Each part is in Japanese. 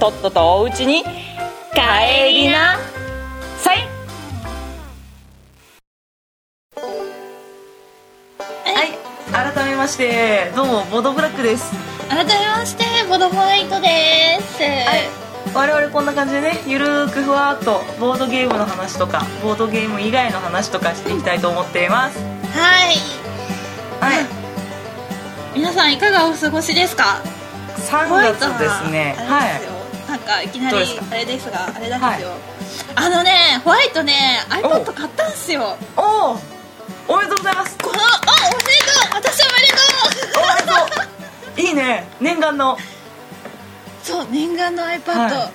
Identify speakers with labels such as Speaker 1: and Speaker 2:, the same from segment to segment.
Speaker 1: とっととおうちに帰りなさいはい改めましてどうもボードブラックです
Speaker 2: 改めましてボドホワイトです
Speaker 1: はい、我々こんな感じでねゆるーくふわーっとボードゲームの話とかボードゲーム以外の話とかしていきたいと思っています
Speaker 2: はい
Speaker 1: はい
Speaker 2: 皆さんいかがお過ごしですか
Speaker 1: 3月ですね
Speaker 2: あ
Speaker 1: はい
Speaker 2: れですよなんかいきな
Speaker 1: ど
Speaker 2: り
Speaker 1: うですか
Speaker 2: あれですがあれなんですよ、あのねホワイトね iPad 買ったんすよ
Speaker 1: おおおめでとうございます
Speaker 2: このあおめでとう私おめでとう
Speaker 1: いいね念願の
Speaker 2: そう念願の iPad、
Speaker 1: は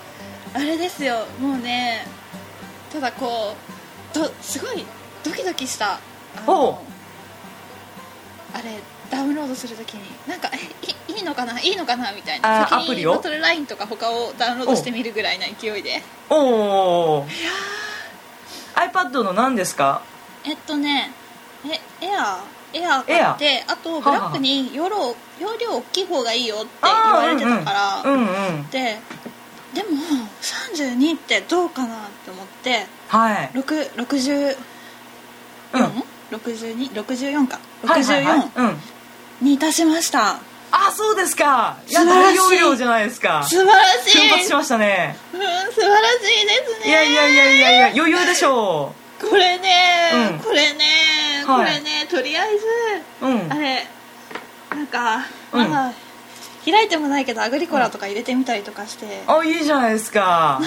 Speaker 2: あれですよもうねただこうどすごいドキドキしたあの
Speaker 1: おう
Speaker 2: あれダウンロードするときになんかえいいいのかないいのかなみたい
Speaker 1: あ
Speaker 2: な
Speaker 1: ー
Speaker 2: 先に
Speaker 1: アプリを
Speaker 2: バトルラインとか他をダウンロードしてみるぐらいな勢いで
Speaker 1: おお iPad の何ですか
Speaker 2: えっとねえエアエア買ってあとブラックに容量容量大きい方がいいよって言
Speaker 1: あ
Speaker 2: わ
Speaker 1: ー
Speaker 2: れてたから、
Speaker 1: うんうん、うんうん、
Speaker 2: ででも32ってどうかなって思って
Speaker 1: はい
Speaker 2: 六六十
Speaker 1: うん
Speaker 2: 四六十二六十四か
Speaker 1: は
Speaker 2: 六
Speaker 1: い
Speaker 2: 十
Speaker 1: はいはい
Speaker 2: 四
Speaker 1: うん
Speaker 2: にいたしました
Speaker 1: あそうですかいや
Speaker 2: 素晴ら
Speaker 1: 大
Speaker 2: しい
Speaker 1: 容量じゃないですか
Speaker 2: 素晴らし
Speaker 1: 奮
Speaker 2: い、うん、
Speaker 1: 発し
Speaker 2: 素
Speaker 1: ましたね
Speaker 2: 晴らしいですね
Speaker 1: いやいやいやいやいや余裕でしょ
Speaker 2: これね、
Speaker 1: うん
Speaker 2: これね、
Speaker 1: はい
Speaker 2: これねとりあえ
Speaker 1: ううん
Speaker 2: ずあれなんか
Speaker 1: うん
Speaker 2: まだ開いてもないけどアグリコラとか入れてみたりとかして、
Speaker 1: あいいじゃないですか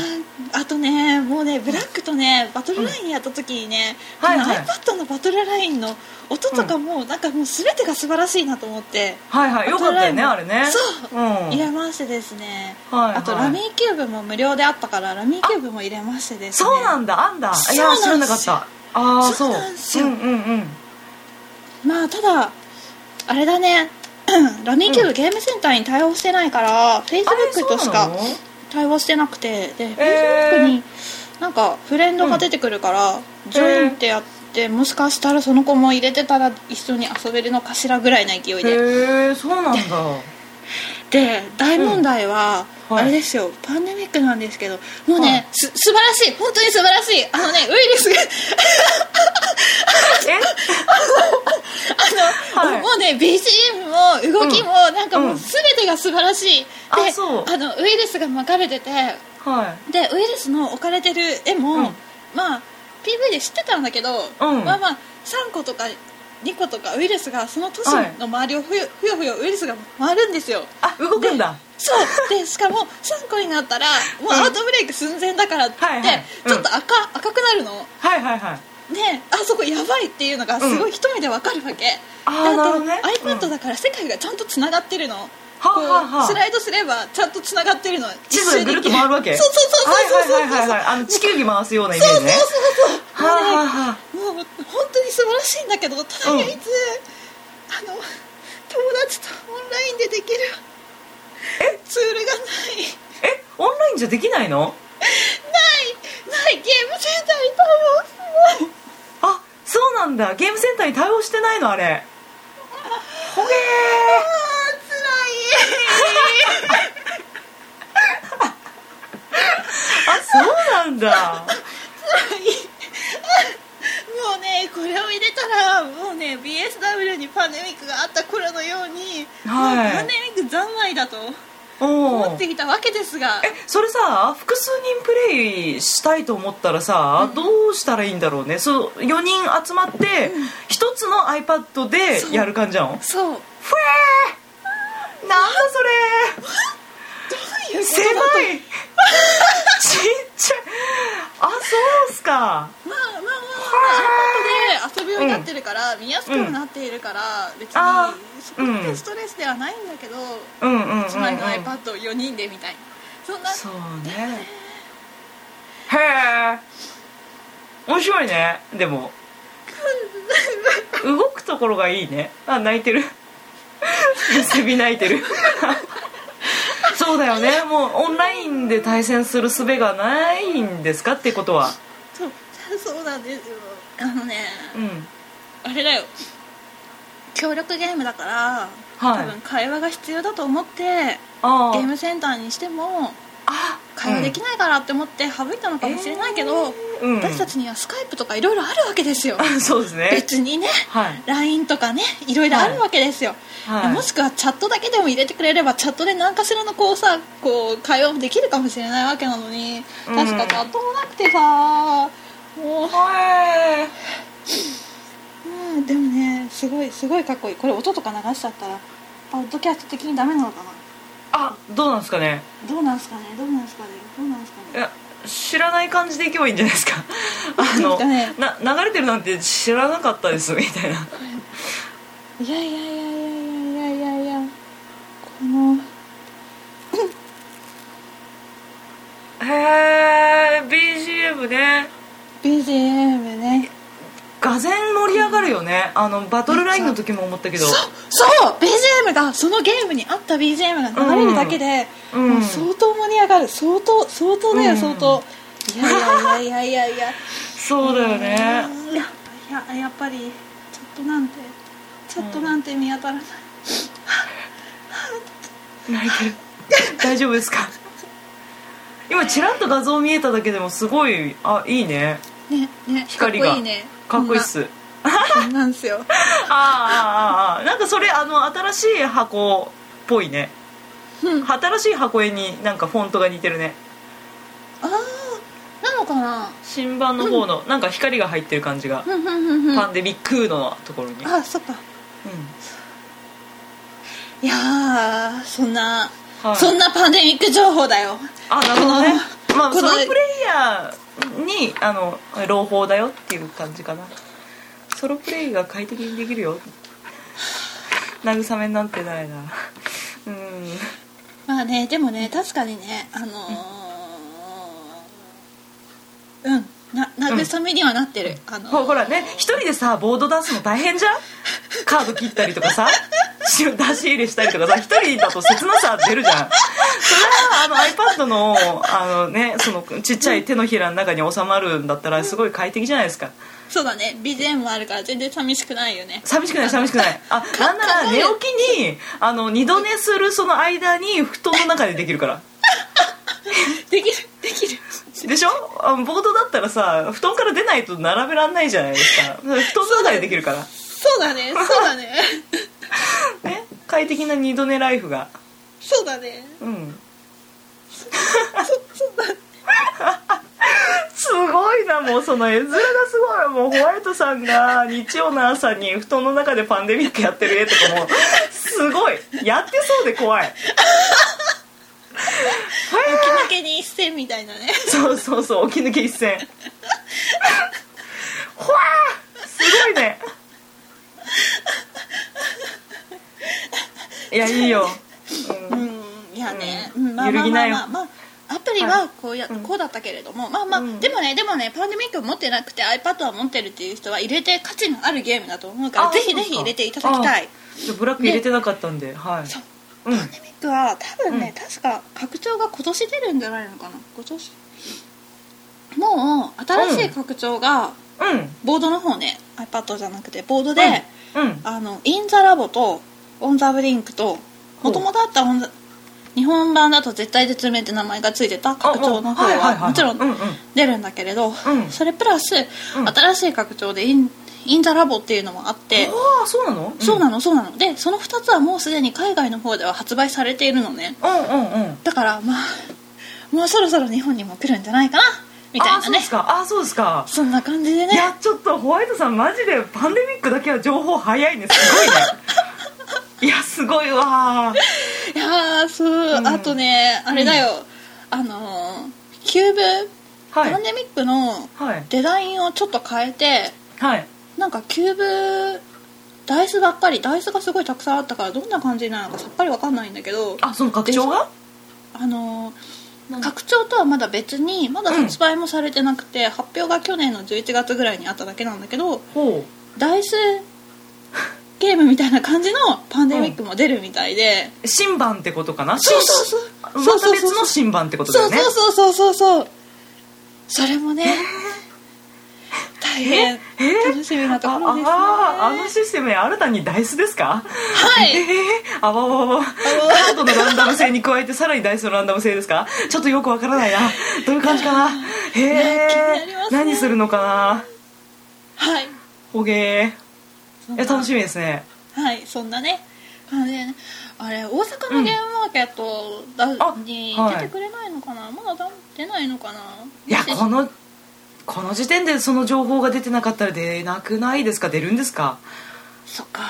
Speaker 2: あとねもうねブラックとねバトルラインやった時にね、
Speaker 1: うんはい
Speaker 2: この
Speaker 1: はい
Speaker 2: iPad のバトルラインの音とかも、なんかもう全てが素晴らしいなと思って
Speaker 1: はいはいよかったよね
Speaker 2: あ
Speaker 1: あれね、
Speaker 2: そう
Speaker 1: ん、
Speaker 2: 入れましてですね、
Speaker 1: はいはい
Speaker 2: あとラミーキューブも無料であったからラミーキューブも入れましてですね
Speaker 1: そうなんだあんだい
Speaker 2: そう
Speaker 1: や
Speaker 2: なんですよ
Speaker 1: 知らなかったああそ
Speaker 2: そううなんですよ
Speaker 1: うんうんうん
Speaker 2: まあただあれだね ラミーキューブゲームセンターに対応してないから、
Speaker 1: あれ
Speaker 2: Facebook
Speaker 1: そう
Speaker 2: と
Speaker 1: な
Speaker 2: しか
Speaker 1: の
Speaker 2: 対応してなくてで、
Speaker 1: えー
Speaker 2: Facebook になんかフレンドが出てくるから、ジョインってやってもしかしたらその子も入れてたら一緒に遊べるのかしらぐらいな勢いで
Speaker 1: へえそう なんだ
Speaker 2: で大問題は、
Speaker 1: うんはい
Speaker 2: あれですよパンデミックなんですけどもうね、
Speaker 1: はい
Speaker 2: す素晴らしい本当に素晴らしいあ のねウイルスがあの、
Speaker 1: はい
Speaker 2: もうね BGM も動きも、なんかも
Speaker 1: う
Speaker 2: うん全てが素晴らしい、
Speaker 1: あ
Speaker 2: で
Speaker 1: そう
Speaker 2: あのウイルスが巻かれてて
Speaker 1: えはい
Speaker 2: でウイルスの置かれてる絵も、
Speaker 1: うん
Speaker 2: まあ PV で知ってたんだけど、
Speaker 1: うん
Speaker 2: まあまあ3個とか2個とかウイルスがその都市の周りをふよ,、ふよふよウイルスが回るんですよ
Speaker 1: あ動くんだ
Speaker 2: そうでしかも3個になったらも
Speaker 1: うん
Speaker 2: うアウトブレイク寸前だからって、
Speaker 1: はいはいうん
Speaker 2: ちょっと赤,、赤くなるの
Speaker 1: はいはいはい
Speaker 2: であそこやばいっていうのがすごい一目でわかるわけ、で
Speaker 1: あーなるほどね
Speaker 2: と iPad だから世界がちゃんとつながってるの、
Speaker 1: はあはあはあ
Speaker 2: こうスライドすればちゃんとつながってるの
Speaker 1: 地図ぐるっと回るわけ
Speaker 2: そうそうそうそうそうそう、
Speaker 1: はいはいはいはいはいあの地球儀回すようなイメージね
Speaker 2: そう
Speaker 1: はあはあはあ
Speaker 2: もう本当に素晴らしいんだけどただ唯
Speaker 1: うん
Speaker 2: 一、あの友達とオンラインでできるツールがない
Speaker 1: えオンラインじゃできないの
Speaker 2: ないないゲームセンターに対応しない
Speaker 1: あそうなんだゲームセンターに対応してないのあれほへ
Speaker 2: あー辛い
Speaker 1: ーあそうなんだ
Speaker 2: もうねこれを入れたらもうね BSW にパンデミックがあった頃のように、
Speaker 1: はい
Speaker 2: もうパンデミック三昧だと
Speaker 1: お
Speaker 2: 思
Speaker 1: お
Speaker 2: っていたわけですが
Speaker 1: えそれさ複数人プレイしたいと思ったらさ、どうしたらいいんだろうねそう4人集まって一、つの iPad でやる感じじゃんふえ
Speaker 2: そ
Speaker 1: ー
Speaker 2: うど
Speaker 1: なんだそれ
Speaker 2: ういうこと
Speaker 1: 狭
Speaker 2: だと
Speaker 1: い ちっちゃいあそうっすか
Speaker 2: まあまあまあ、まあ、iPad で遊ぶようになってるから、見やすくもなっているから、別
Speaker 1: あ
Speaker 2: にそこってストレスではないんだけど、
Speaker 1: うんうんうん、うん、
Speaker 2: 隣の iPad を4人でみたいなそんな
Speaker 1: そうねへえ面白いねでも動くところがいいねあ泣いてるセビ泣いてるそうだよねもうオンラインで対戦する術がないんですかってことは
Speaker 2: そうそうなんですよあのね
Speaker 1: うん
Speaker 2: あれだよ協力ゲームだから、
Speaker 1: はい
Speaker 2: 多分会話が必要だと思って
Speaker 1: あ
Speaker 2: ゲームセンターにしても
Speaker 1: あ
Speaker 2: 会話できないからって思って省いたのかもしれないけど、
Speaker 1: うんうん
Speaker 2: 私たちにはスカイプとかいろいろあるわけですよ
Speaker 1: そうですね
Speaker 2: 別にね
Speaker 1: はい
Speaker 2: LINE とかねいろいろあるわけですよ、
Speaker 1: はいはい
Speaker 2: もしくはチャットだけでも入れてくれればチャットで何かしらのこうさこう会話もできるかもしれないわけなのに
Speaker 1: うん
Speaker 2: 確かチャットもなくてさもう
Speaker 1: へえ
Speaker 2: うんでもねすごいすごいかっこいいこれ音とか流しちゃったらポッドキャスト的にダメなのかな
Speaker 1: あどうなんですかね
Speaker 2: どうなんすかねどうなんすかねどうなんすか
Speaker 1: い
Speaker 2: ね
Speaker 1: や知らない感じでいけばいいんじゃないです かあの、
Speaker 2: ね
Speaker 1: な流れてるなんて知らなかったですみたいない
Speaker 2: やいやいやいやいやいやいやいやこの
Speaker 1: へえ BGM ね
Speaker 2: BGM ね
Speaker 1: がぜん盛り上がるよねあのバトルラインの時も思ったけど
Speaker 2: そう BGM がそのゲームに合った BGM が流れるだけで、
Speaker 1: うん
Speaker 2: もう相当盛り上がる相当相当だよ、
Speaker 1: うん
Speaker 2: 相当いやいやいやいやいやいや
Speaker 1: そうだよね
Speaker 2: いやいややっぱりちょっとなんてちょっとなんて見当たらない、
Speaker 1: 泣い てる大丈夫ですか今ちらっと画像見えただけでもすごいあいいね
Speaker 2: ねね
Speaker 1: 光が
Speaker 2: かっこいいね
Speaker 1: かっこいいっす
Speaker 2: こんなこんなんす
Speaker 1: あ
Speaker 2: よ
Speaker 1: ーあーあーあーなんかそれあの新しい箱っぽいね
Speaker 2: うん
Speaker 1: 新しい箱絵になんかフォントが似てるね
Speaker 2: ああなのかな
Speaker 1: 新版の方のなんか光が入ってる感じが
Speaker 2: ふんふんふんふん
Speaker 1: パンデミックのところに、うん、
Speaker 2: あそっかいやーそんな、
Speaker 1: はい
Speaker 2: そんなパンデミック情報だよ
Speaker 1: あなるほどねまあ
Speaker 2: こ
Speaker 1: ソ
Speaker 2: の
Speaker 1: ロプレイヤーにあの朗報だよっていう感じかなソロプレイが快適にできるよ慰めになってないなうん
Speaker 2: まあねでもね確かにねあのー、うんな慰めにはなってる、あの
Speaker 1: ほほらね一人でさボード出すの大変じゃんカード切ったりとかさし出し入れしたりとかさ一人だと切なさ出るじゃんそれはあの iPad のあの、ね、そのちっちゃい手のひらの中に収まるんだったらすごい快適じゃないですか
Speaker 2: そうだね BGM もあるから全然寂しくないよね
Speaker 1: 寂しくない寂しくないあなんなら寝起きにあの二度寝するその間に布団の中でできるから
Speaker 2: できるできる
Speaker 1: でしょあボードだったらさ布団から出ないと並べらんないじゃないですか布団の中でできるから
Speaker 2: そうだねそうだね
Speaker 1: ね快適な二度寝ライフが
Speaker 2: そうだね
Speaker 1: うん
Speaker 2: そうだ
Speaker 1: すごいなもうその絵面がすごいもうホワイトさんが日曜の朝に布団の中でパンデミックやってる絵とかもすごいやってそうで怖いへえ
Speaker 2: 気抜けに一戦みたいなね
Speaker 1: そうそうそう起き抜け一戦ほわーすごいねいやいいよ、う、
Speaker 2: うんんいやね、
Speaker 1: うん
Speaker 2: うんまあま
Speaker 1: 揺
Speaker 2: あ
Speaker 1: るぎ
Speaker 2: ま
Speaker 1: な
Speaker 2: あ
Speaker 1: い
Speaker 2: まあ、まあ、アプリ
Speaker 1: は
Speaker 2: はこうや、こうだったけれどもまあまあ、
Speaker 1: うん
Speaker 2: でもねでもねパンデミック持ってなくて iPad は持ってるっていう人は入れて価値のあるゲームだと思うから
Speaker 1: あ
Speaker 2: ぜ
Speaker 1: そ
Speaker 2: ひ
Speaker 1: う
Speaker 2: ぜ
Speaker 1: です
Speaker 2: ひ
Speaker 1: か
Speaker 2: 入れていただきたい
Speaker 1: あじゃあブラック入れてなかったんで、はい
Speaker 2: そう
Speaker 1: うん
Speaker 2: パンデミックは多分ね、確か拡張が今年出るんじゃないのかな今年もう新しい拡張が、
Speaker 1: うん
Speaker 2: ボードの方ね iPad じゃなくてボードで、
Speaker 1: うん
Speaker 2: あのインザラボとオンザブリンクと
Speaker 1: ほう
Speaker 2: もともとあったオンザ日本版だと絶対絶命って名前がついてた拡張
Speaker 1: あもう
Speaker 2: の方
Speaker 1: はいはいはいはい
Speaker 2: はもちろ
Speaker 1: うんんうん
Speaker 2: 出るんだけれど、
Speaker 1: うん
Speaker 2: それプラス、
Speaker 1: うん
Speaker 2: 新しい拡張でインインザラボっていうのもあって、
Speaker 1: ああそうなの
Speaker 2: そうなのそうなのでその2つはもうすでに海外の方では発売されているのね
Speaker 1: うんうんうん
Speaker 2: だからまあもうそろそろ日本にも来るんじゃないかなみたい
Speaker 1: あー
Speaker 2: な
Speaker 1: そうで
Speaker 2: ね
Speaker 1: すかあーそうですか
Speaker 2: そんな感じで
Speaker 1: い
Speaker 2: ね
Speaker 1: やちょっとホワイトさんマジでパンデミックだけは情報早いねす ごいねいやすごいわー
Speaker 2: いやーそう、
Speaker 1: うん
Speaker 2: あとねあれだよ、あのーキューブ、
Speaker 1: はい
Speaker 2: パンデミックの
Speaker 1: はい
Speaker 2: デザインをちょっと変えて
Speaker 1: はい
Speaker 2: なんかキューブダイスばっかりダイスがすごいたくさんあったからどんな感じなのかさっぱりわかんないんだけど
Speaker 1: あその拡張が
Speaker 2: あのー
Speaker 1: なんだ
Speaker 2: 拡張とはまだ別にまだ発売もされてなくて、発表が去年の11月ぐらいにあっただけなんだけど
Speaker 1: ほ
Speaker 2: ダイスゲームみたいな感じのパンデミックも出るみたいで、
Speaker 1: う新版ってことかな
Speaker 2: そうそうそう
Speaker 1: 新
Speaker 2: そ
Speaker 1: ま
Speaker 2: うそ
Speaker 1: た
Speaker 2: うそう
Speaker 1: 別の新版ってことだ
Speaker 2: そ
Speaker 1: よ
Speaker 2: う
Speaker 1: ね
Speaker 2: そうそうそうそうそうそれもね大変楽しみなとこ
Speaker 1: あ
Speaker 2: ろですね
Speaker 1: あーあのシステムに新たにダイスですか
Speaker 2: はい
Speaker 1: ええあわわわわカードのランダム性に加えてさらにダイスのランダム性ですかちょっとよくわからないなどういう感じかなへ
Speaker 2: ね気にな
Speaker 1: え
Speaker 2: りますね
Speaker 1: 何するのかな
Speaker 2: はい
Speaker 1: ほげ
Speaker 2: そ
Speaker 1: ー
Speaker 2: ん
Speaker 1: い
Speaker 2: な
Speaker 1: や楽しみですね
Speaker 2: はいそんなねあれあれ大阪のゲームマーケットだ、
Speaker 1: あ
Speaker 2: に
Speaker 1: はい
Speaker 2: 出てくれないのかな、まだ出ないのかない
Speaker 1: いやこのこの時点でその情報が出てなかったら出なくないですか出るんですか
Speaker 2: そっか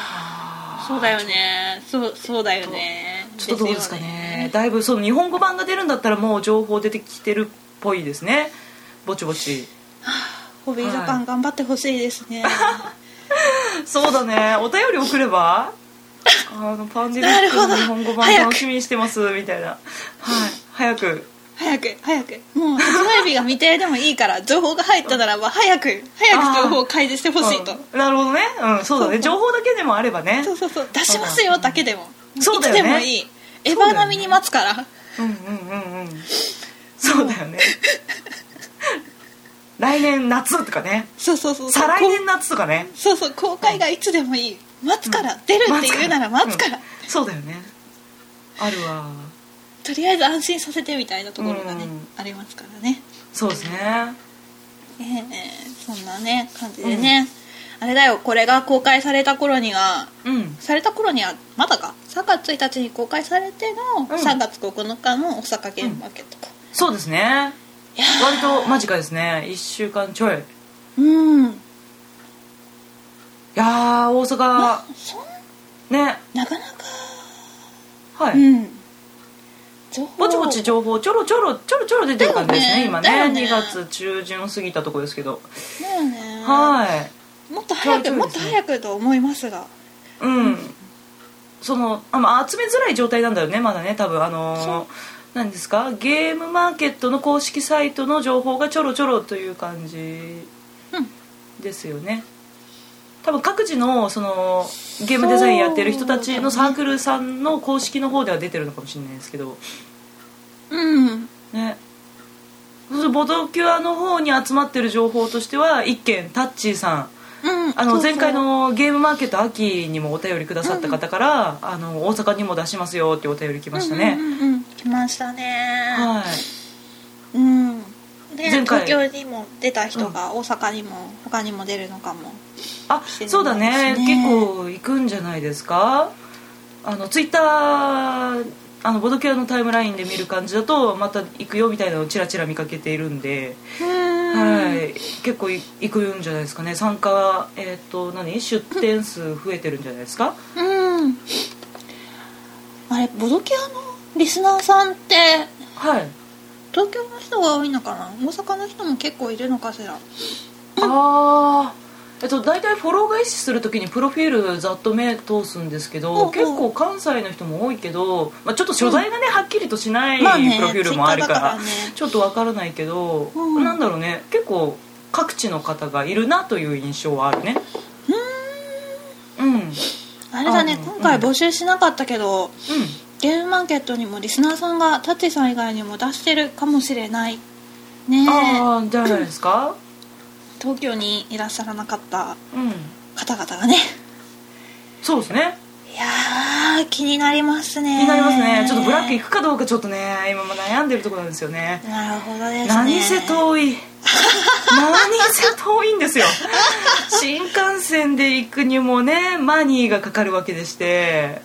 Speaker 2: そうだよねそうそうだよね
Speaker 1: ちょっとどうですかね
Speaker 2: よ
Speaker 1: だいぶその日本語版が出るんだったらもう情報出てきてるっぽいですねぼちぼち
Speaker 2: ホビージャパン頑張ってほしいですね、
Speaker 1: そうだねお便り送ればあのパンデミックの日本語版
Speaker 2: なるほど
Speaker 1: 楽しみにしてますみたいなはい早く
Speaker 2: 早く早くもう発売日が未定でもいい から情報が入ったならば早く早く情報を開示してほしいと、
Speaker 1: うんなるほどねうんそうだ
Speaker 2: そうそ
Speaker 1: ね
Speaker 2: う
Speaker 1: 情報だけでもあればね
Speaker 2: そうそうそう出しますよだけでも、
Speaker 1: そう
Speaker 2: い
Speaker 1: だ
Speaker 2: つ
Speaker 1: よね
Speaker 2: でもいい、エヴァ並みに待つから
Speaker 1: うんうんうんうんそうだよ ね来年夏とかね
Speaker 2: そうそうそう
Speaker 1: 再来年夏とかね
Speaker 2: そうそう公開がいつでもいい待つから、出るって言うなら待つから、
Speaker 1: うんそうだよねあるわ
Speaker 2: とりあえず安心させてみたいなところがね、
Speaker 1: うん
Speaker 2: ありますからね
Speaker 1: そうですね
Speaker 2: ええそんなね感じでね、あれだよこれが公開された頃には
Speaker 1: うん
Speaker 2: された頃にはまだか3月1日に公開されて
Speaker 1: う
Speaker 2: の
Speaker 1: ん
Speaker 2: 3月9日の大阪ゲームマーケットか、
Speaker 1: そうですね
Speaker 2: いや
Speaker 1: 割と間近ですね1週間ちょいい
Speaker 2: うん、
Speaker 1: やー大阪
Speaker 2: そん
Speaker 1: ね
Speaker 2: なかなか
Speaker 1: は
Speaker 2: う
Speaker 1: い、
Speaker 2: ん情報
Speaker 1: ぼちぼち情報ちょろちょろちょろちょろ出てる感じですね
Speaker 2: だよね
Speaker 1: 今
Speaker 2: だよ
Speaker 1: ね
Speaker 2: ね
Speaker 1: 2月中旬過ぎたとこですけど、
Speaker 2: だよね
Speaker 1: はい
Speaker 2: もっと早
Speaker 1: ちょいち
Speaker 2: く
Speaker 1: ょ
Speaker 2: も
Speaker 1: い
Speaker 2: っ
Speaker 1: です
Speaker 2: と
Speaker 1: ね
Speaker 2: 早くと思いますが
Speaker 1: うんそのあ、まあ、集めづらい状態なんだよねまだね多分あのー何ですかゲームマーケットの公式サイトの情報がちょろちょろという感じ
Speaker 2: うん
Speaker 1: ですよね多分各自のそのゲームデザインやってる人たちのサークルさんの公式の方では出てるのかもしれないですけど
Speaker 2: うん
Speaker 1: ねそうするとボドキュアの方に集まってる情報としては一件タッチーさん
Speaker 2: うん
Speaker 1: あ
Speaker 2: そうそ
Speaker 1: の
Speaker 2: う
Speaker 1: 前回のゲームマーケット秋にもお便りくださった方から、あの大阪にも出しますよってお便り来ました
Speaker 2: う
Speaker 1: ね、
Speaker 2: んうんうんうん来ましたね
Speaker 1: はい
Speaker 2: うんで
Speaker 1: 前回
Speaker 2: 東京にも出た人が大阪にも他にも出るのかも
Speaker 1: あ
Speaker 2: 来てる
Speaker 1: そうだね
Speaker 2: みたいですね
Speaker 1: 結構行くんじゃないですかあのツイッターあのボドキュアのタイムラインで見る感じだとまた行くよみたいなのをチラチラ見かけているんで、はい結構い行くんじゃないですかね参加えっ、と何出店数増えてるんじゃないですか、
Speaker 2: うんあれボドキアのリスナーさんって
Speaker 1: はい
Speaker 2: 東京の人が多いのかな大阪の人も結構いるのかしら
Speaker 1: ああえっと大体フォロー返しするときにプロフィールざっと目通すんですけ
Speaker 2: ほうほ
Speaker 1: ど
Speaker 2: う
Speaker 1: 結構関西の人も多いけど、まあ、ちょっと所在がね、はっきりとしないプ
Speaker 2: まあね
Speaker 1: ロフィールもあるから,、
Speaker 2: Twitter だからね
Speaker 1: ちょっとわからないけど、
Speaker 2: うん
Speaker 1: なんだろうね結構各地の方がいるなという印象はあるねうんうん
Speaker 2: あれだ
Speaker 1: あ
Speaker 2: ね
Speaker 1: の
Speaker 2: 今回
Speaker 1: うん
Speaker 2: 募集しなかったけど、ゲームマーケットにもリスナーさんがタッチさん以外にも出してるかもしれないねえ
Speaker 1: ああじゃないですか
Speaker 2: 東京にいらっしゃらなかった
Speaker 1: うん
Speaker 2: 方々がね
Speaker 1: そうですね
Speaker 2: いやー気になりますね
Speaker 1: 気になりますねちょっとブラック行くかどうかちょっとね今も悩んでるところなんですよね
Speaker 2: なるほどですね
Speaker 1: 何せ遠い何せ遠いんですよ新幹線で行くにもねマニーがかかるわけでして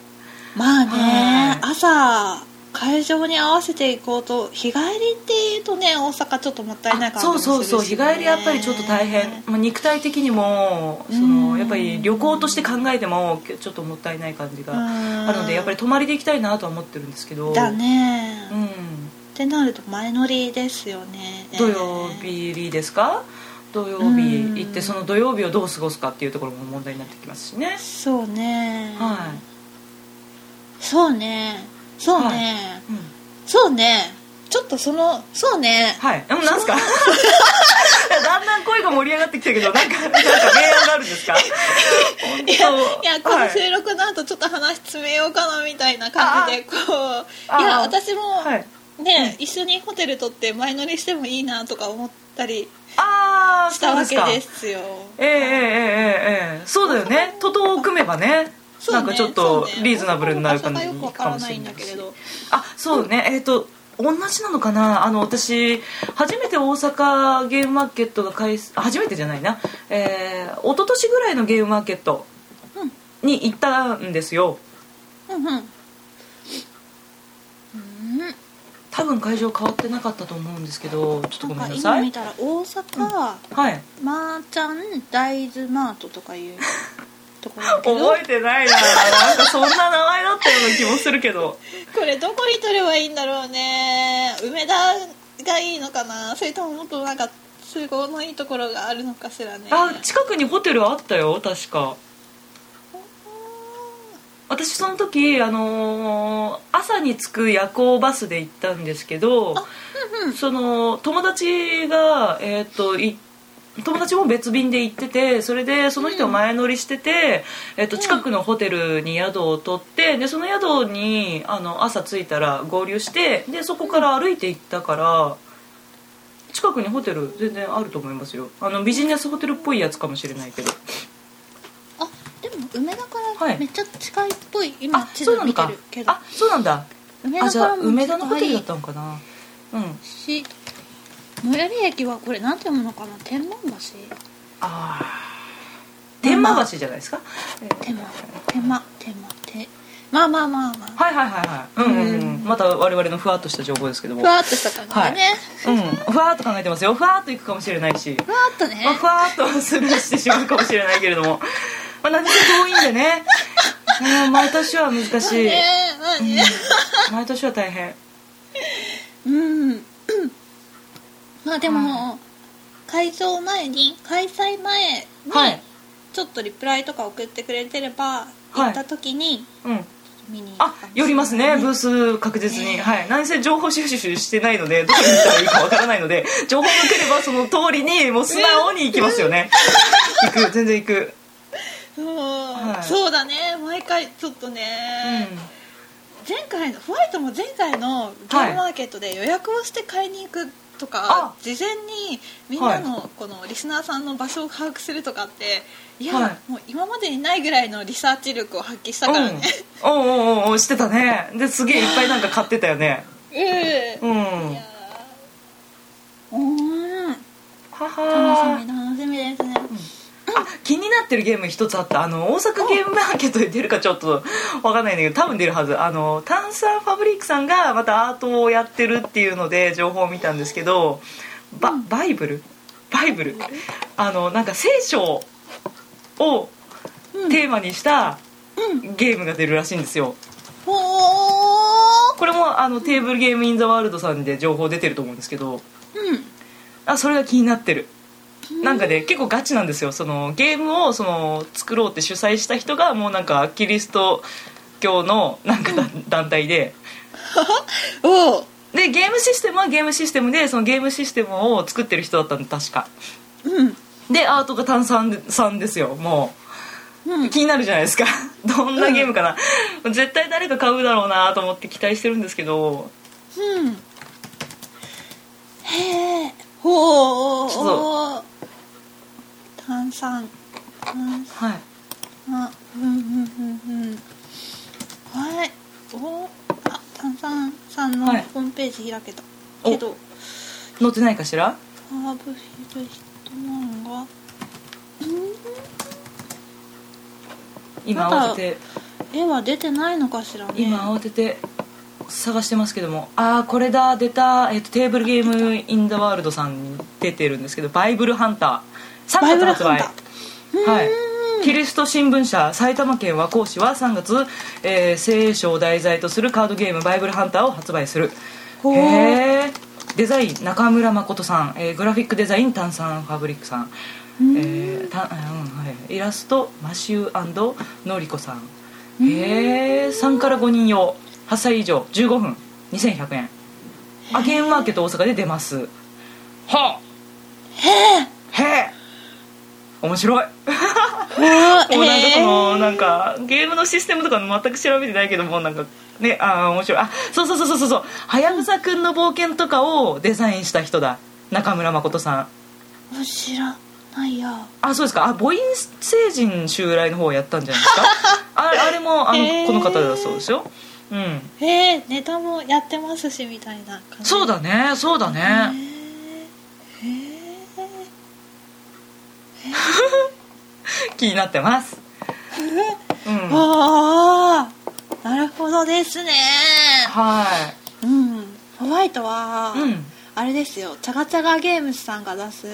Speaker 2: まあね、
Speaker 1: はい
Speaker 2: 朝会場に合わせていこうと日帰りっていうとね大阪ちょっともったいない感じ
Speaker 1: そ
Speaker 2: も
Speaker 1: う
Speaker 2: するしね、
Speaker 1: そうそう日帰りやっぱりちょっと大変、まあ、肉体的にもその
Speaker 2: うん
Speaker 1: やっぱり旅行として考えてもちょっともったいない感じがあるのでやっぱり泊まりで行きたいなとは思ってるんですけど
Speaker 2: だね、
Speaker 1: う
Speaker 2: っ
Speaker 1: ん
Speaker 2: てなると前乗りですよね
Speaker 1: 土曜日ですか土曜
Speaker 2: うん
Speaker 1: 日行ってその土曜日をどう過ごすかっていうところも問題になってきますしね
Speaker 2: そうね
Speaker 1: は
Speaker 2: そうねそうね、
Speaker 1: い、うん
Speaker 2: そうねちょっとそのそうね
Speaker 1: はいえもうなんすかいや だんだん声が盛り上がってきたけどなんかなんか明暗があるんです か本当
Speaker 2: いやいやこ
Speaker 1: は
Speaker 2: の
Speaker 1: い
Speaker 2: 収録の後ちょっと話詰めようかなみたいな感じでこう
Speaker 1: あ
Speaker 2: いや私も、
Speaker 1: はい
Speaker 2: ね一緒にホテル取って前乗りしてもいいなとか思ったり
Speaker 1: ああ
Speaker 2: したわけです
Speaker 1: か
Speaker 2: すよ
Speaker 1: ええええええええそうだよね徒党を組めばね
Speaker 2: そう
Speaker 1: な
Speaker 2: ね
Speaker 1: んかちょっと
Speaker 2: そうね
Speaker 1: リーズナブルになる感じ
Speaker 2: 場所がよくわからないんだけれど
Speaker 1: あそうねえっ、と同じなのかなあの私初めて大阪ゲームマーケットが開催あ初めてじゃないなえー、一昨年ぐらいのゲームマーケットに行ったんですよ
Speaker 2: うんうんうん
Speaker 1: 多分会場変わってなかったと思うんですけどちょっとごめん
Speaker 2: なんか
Speaker 1: な
Speaker 2: 今
Speaker 1: さい
Speaker 2: 見たら大阪、
Speaker 1: はい
Speaker 2: マーチャン大豆マートとかいうところだ けど
Speaker 1: 覚えてないななんかそんな名前だったような気もするけど
Speaker 2: これどこに取ればいいんだろうね梅田がいいのかなそれとももっとなんか都合のいいところがあるのかしらね
Speaker 1: あ近くにホテルあったよ確か私その時、あのー朝に着く夜行バスで行ったんですけどその友達が、えー、とい友達も別便で行っててそれでその人が前乗りしてて、えー、と近くのホテルに宿を取ってでその宿にあの朝着いたら合流してでそこから歩いて行ったから。近くにホテル全然あると思いますよあのビジネスホテルっぽいやつかもしれないけど
Speaker 2: あでも梅田か
Speaker 1: は
Speaker 2: ら
Speaker 1: い
Speaker 2: めっちゃ近いっぽい、今
Speaker 1: あ
Speaker 2: 地
Speaker 1: そうな
Speaker 2: 図
Speaker 1: の
Speaker 2: 見て
Speaker 1: か
Speaker 2: るけど
Speaker 1: あそうなんだ
Speaker 2: 梅
Speaker 1: あ
Speaker 2: 田
Speaker 1: じ
Speaker 2: か
Speaker 1: ゃあ
Speaker 2: らも
Speaker 1: 梅田のホテルだっ
Speaker 2: 近
Speaker 1: たのかなうん
Speaker 2: いし最寄り駅はこれなんて読むのかな天満橋
Speaker 1: あー天満橋じゃないですか
Speaker 2: 天満天満天満てまあまあまあまあ
Speaker 1: はいはいはいはいうんうん、うん、また我々のふわっとした情報ですけども
Speaker 2: ふわっとした
Speaker 1: はい
Speaker 2: 感じでね、
Speaker 1: うんふわっと考えてますよふわっといくかもしれないし
Speaker 2: ふわっとね
Speaker 1: まあ、ふわっとスルーしてしまうかもしれないけれどもまあ何せ遠いんでねうん毎年は難しい
Speaker 2: ねまあね
Speaker 1: 毎年は大変
Speaker 2: うん まあで
Speaker 1: は
Speaker 2: も会場前に開催前に
Speaker 1: はい
Speaker 2: ちょっとリプライとか送ってくれてれば
Speaker 1: はい
Speaker 2: 行った時に
Speaker 1: うん
Speaker 2: 見に行くか
Speaker 1: あ
Speaker 2: もしれない
Speaker 1: 寄りますねブース確実に、はい何せ情報収集してないのでどこに行ったらいいかわからないので 情報が来ればその通りにもう素直に行きますよね行く全然行く
Speaker 2: うん
Speaker 1: い
Speaker 2: そうだね毎回ちょっと
Speaker 1: うん
Speaker 2: ね前回のホワイトも前回のゲームマーケットで予約をして買いに行く
Speaker 1: あ
Speaker 2: とか事前にみんなのこのリスナーさんの場所を把握するとかっていや、
Speaker 1: はい
Speaker 2: もう今までにないぐらいのリサーチ力を発揮したからね、
Speaker 1: うん、おうおうおうおうしてたねですげえいっぱいなんか買ってたよね
Speaker 2: うん
Speaker 1: うん
Speaker 2: いやーうーん
Speaker 1: は
Speaker 2: 楽
Speaker 1: は
Speaker 2: しみ楽しみですね
Speaker 1: あ気になってるゲーム一つあったあの大阪ゲームマーケットで出るかちょっとわかんないんだけど多分出るはずあの炭酸ファブリックさんがまたアートをやってるっていうので情報を見たんですけどババイブルバイブルあのなんか聖書を
Speaker 2: うん
Speaker 1: テーマにした
Speaker 2: うん
Speaker 1: ゲームが出るらしいんですよ
Speaker 2: ほー
Speaker 1: これもあのテーブルゲームインザワールドさんで情報出てると思うんですけど
Speaker 2: う
Speaker 1: あそれが気になってる
Speaker 2: ん
Speaker 1: なんかね結構ガチなんですよそのゲームをその作ろうって主催した人がもうなんかキリスト教のなんかだ団体で
Speaker 2: おう
Speaker 1: でゲームシステムはゲームシステムでそのゲームシステムを作ってる人だったんで確か
Speaker 2: うん
Speaker 1: でアートが炭酸さんですよも
Speaker 2: う
Speaker 1: うん気になるじゃないですか どんなゲームかな、絶対誰か買うだろうなと思って期待してるんですけど
Speaker 2: うんへえほ
Speaker 1: ち
Speaker 2: ー
Speaker 1: ょっと
Speaker 2: おー炭酸炭
Speaker 1: はい
Speaker 2: 酸うんうんうんうんはいおーあ炭酸さんの
Speaker 1: はい
Speaker 2: ホームページ開けた、
Speaker 1: お
Speaker 2: けど
Speaker 1: 載ってないかしら
Speaker 2: ハーブフィルヒットマンが
Speaker 1: 今
Speaker 2: まだ
Speaker 1: 慌てて
Speaker 2: 絵は出てないのかしらね
Speaker 1: 今慌てて探してますけどもああこれだ出た、えっとテーブルゲームインザワールドさんに出てるんですけど「バイブルハンター」
Speaker 2: バイ
Speaker 1: 3
Speaker 2: ブ
Speaker 1: 月発
Speaker 2: ラハン
Speaker 1: 売
Speaker 2: ター
Speaker 1: はいうキリスト新聞社埼玉県和光市は3月、えー聖書を題材とするカードゲーム「バイブルハンター」を発売する
Speaker 2: ほう
Speaker 1: へえデザイン中村誠さん、えーグラフィックデザイン炭酸ファブリックさん、えーたあうんはい、イラストマシューのりこさんへえ3から5人用8歳以上15分2100円あゲームマーケット大阪で出ますはあへえへえ面白いでもなんかそのなんかゲームのシステムとか全く調べてないけどもなんかねああ面白いあそうそうそうそうそうそうはやぶさくんの冒険とかをデザインした人だ中村誠さん
Speaker 2: 面白ないや
Speaker 1: あそうですかあ母音星人襲来の方をやったんじゃないですかああれもあの
Speaker 2: へー
Speaker 1: この方だそうですようん
Speaker 2: えー、ネタもやってますしみたいな感じ
Speaker 1: そうだねそうだ
Speaker 2: へ
Speaker 1: ね
Speaker 2: えへえ
Speaker 1: 気になってますうん
Speaker 2: ああなるほどですね
Speaker 1: は
Speaker 2: うんホワイトは、
Speaker 1: いうん
Speaker 2: あれですよチャガチャガゲームスさんが出す、
Speaker 1: う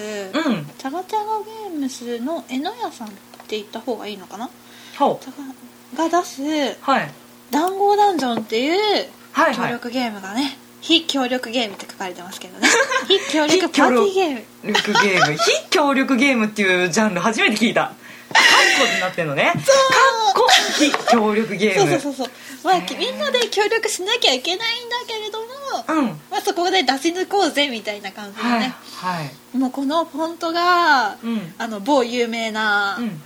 Speaker 1: ん
Speaker 2: チャガチャガゲームスのえのやさんって言った方がいいのかな
Speaker 1: ほ
Speaker 2: チャガが出す
Speaker 1: うはい
Speaker 2: 「談合ダンジョン」っていう
Speaker 1: はい
Speaker 2: 協
Speaker 1: はい
Speaker 2: 力ゲームがね、非協力ゲームって書かれてます けどね非協力パーティーゲーム
Speaker 1: 協力ゲーム非協力ゲームっていうジャンル初めて聞いたカッコになってんのねカッコ非協力ゲー
Speaker 2: そう
Speaker 1: ム
Speaker 2: そうそうそうまあみんなで協力しなきゃいけないんだけれども、
Speaker 1: うん
Speaker 2: まあ、そこで出し抜こうぜみたいな感じでね、
Speaker 1: はいはい
Speaker 2: もうこのフォントが、
Speaker 1: うん
Speaker 2: あの某有名な
Speaker 1: うん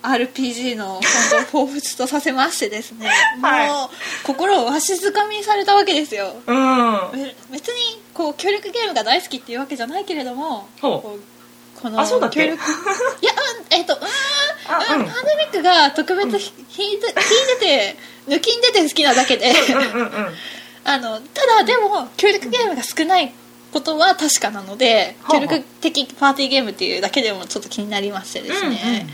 Speaker 2: RPG のフォントを彷彿とさせましてですね、
Speaker 1: はい
Speaker 2: もう心をわしづかみにされたわけですよ
Speaker 1: うん
Speaker 2: べ別にこう協力ゲームが大好きっていうわけじゃないけれども
Speaker 1: ほう
Speaker 2: こうこの
Speaker 1: あそうだっけ
Speaker 2: 協力いやうんえっ、とうーん
Speaker 1: あ
Speaker 2: うん
Speaker 1: うん
Speaker 2: パンデミックが特別ひ引いて引いてて抜きんでて好きなだ けで
Speaker 1: うんうんうん
Speaker 2: あのただでも協力ゲームが少ないことは確かなので
Speaker 1: はあ
Speaker 2: 協
Speaker 1: はあ
Speaker 2: 力的パーティーゲームっていうだけでもちょっと気になりましてですね、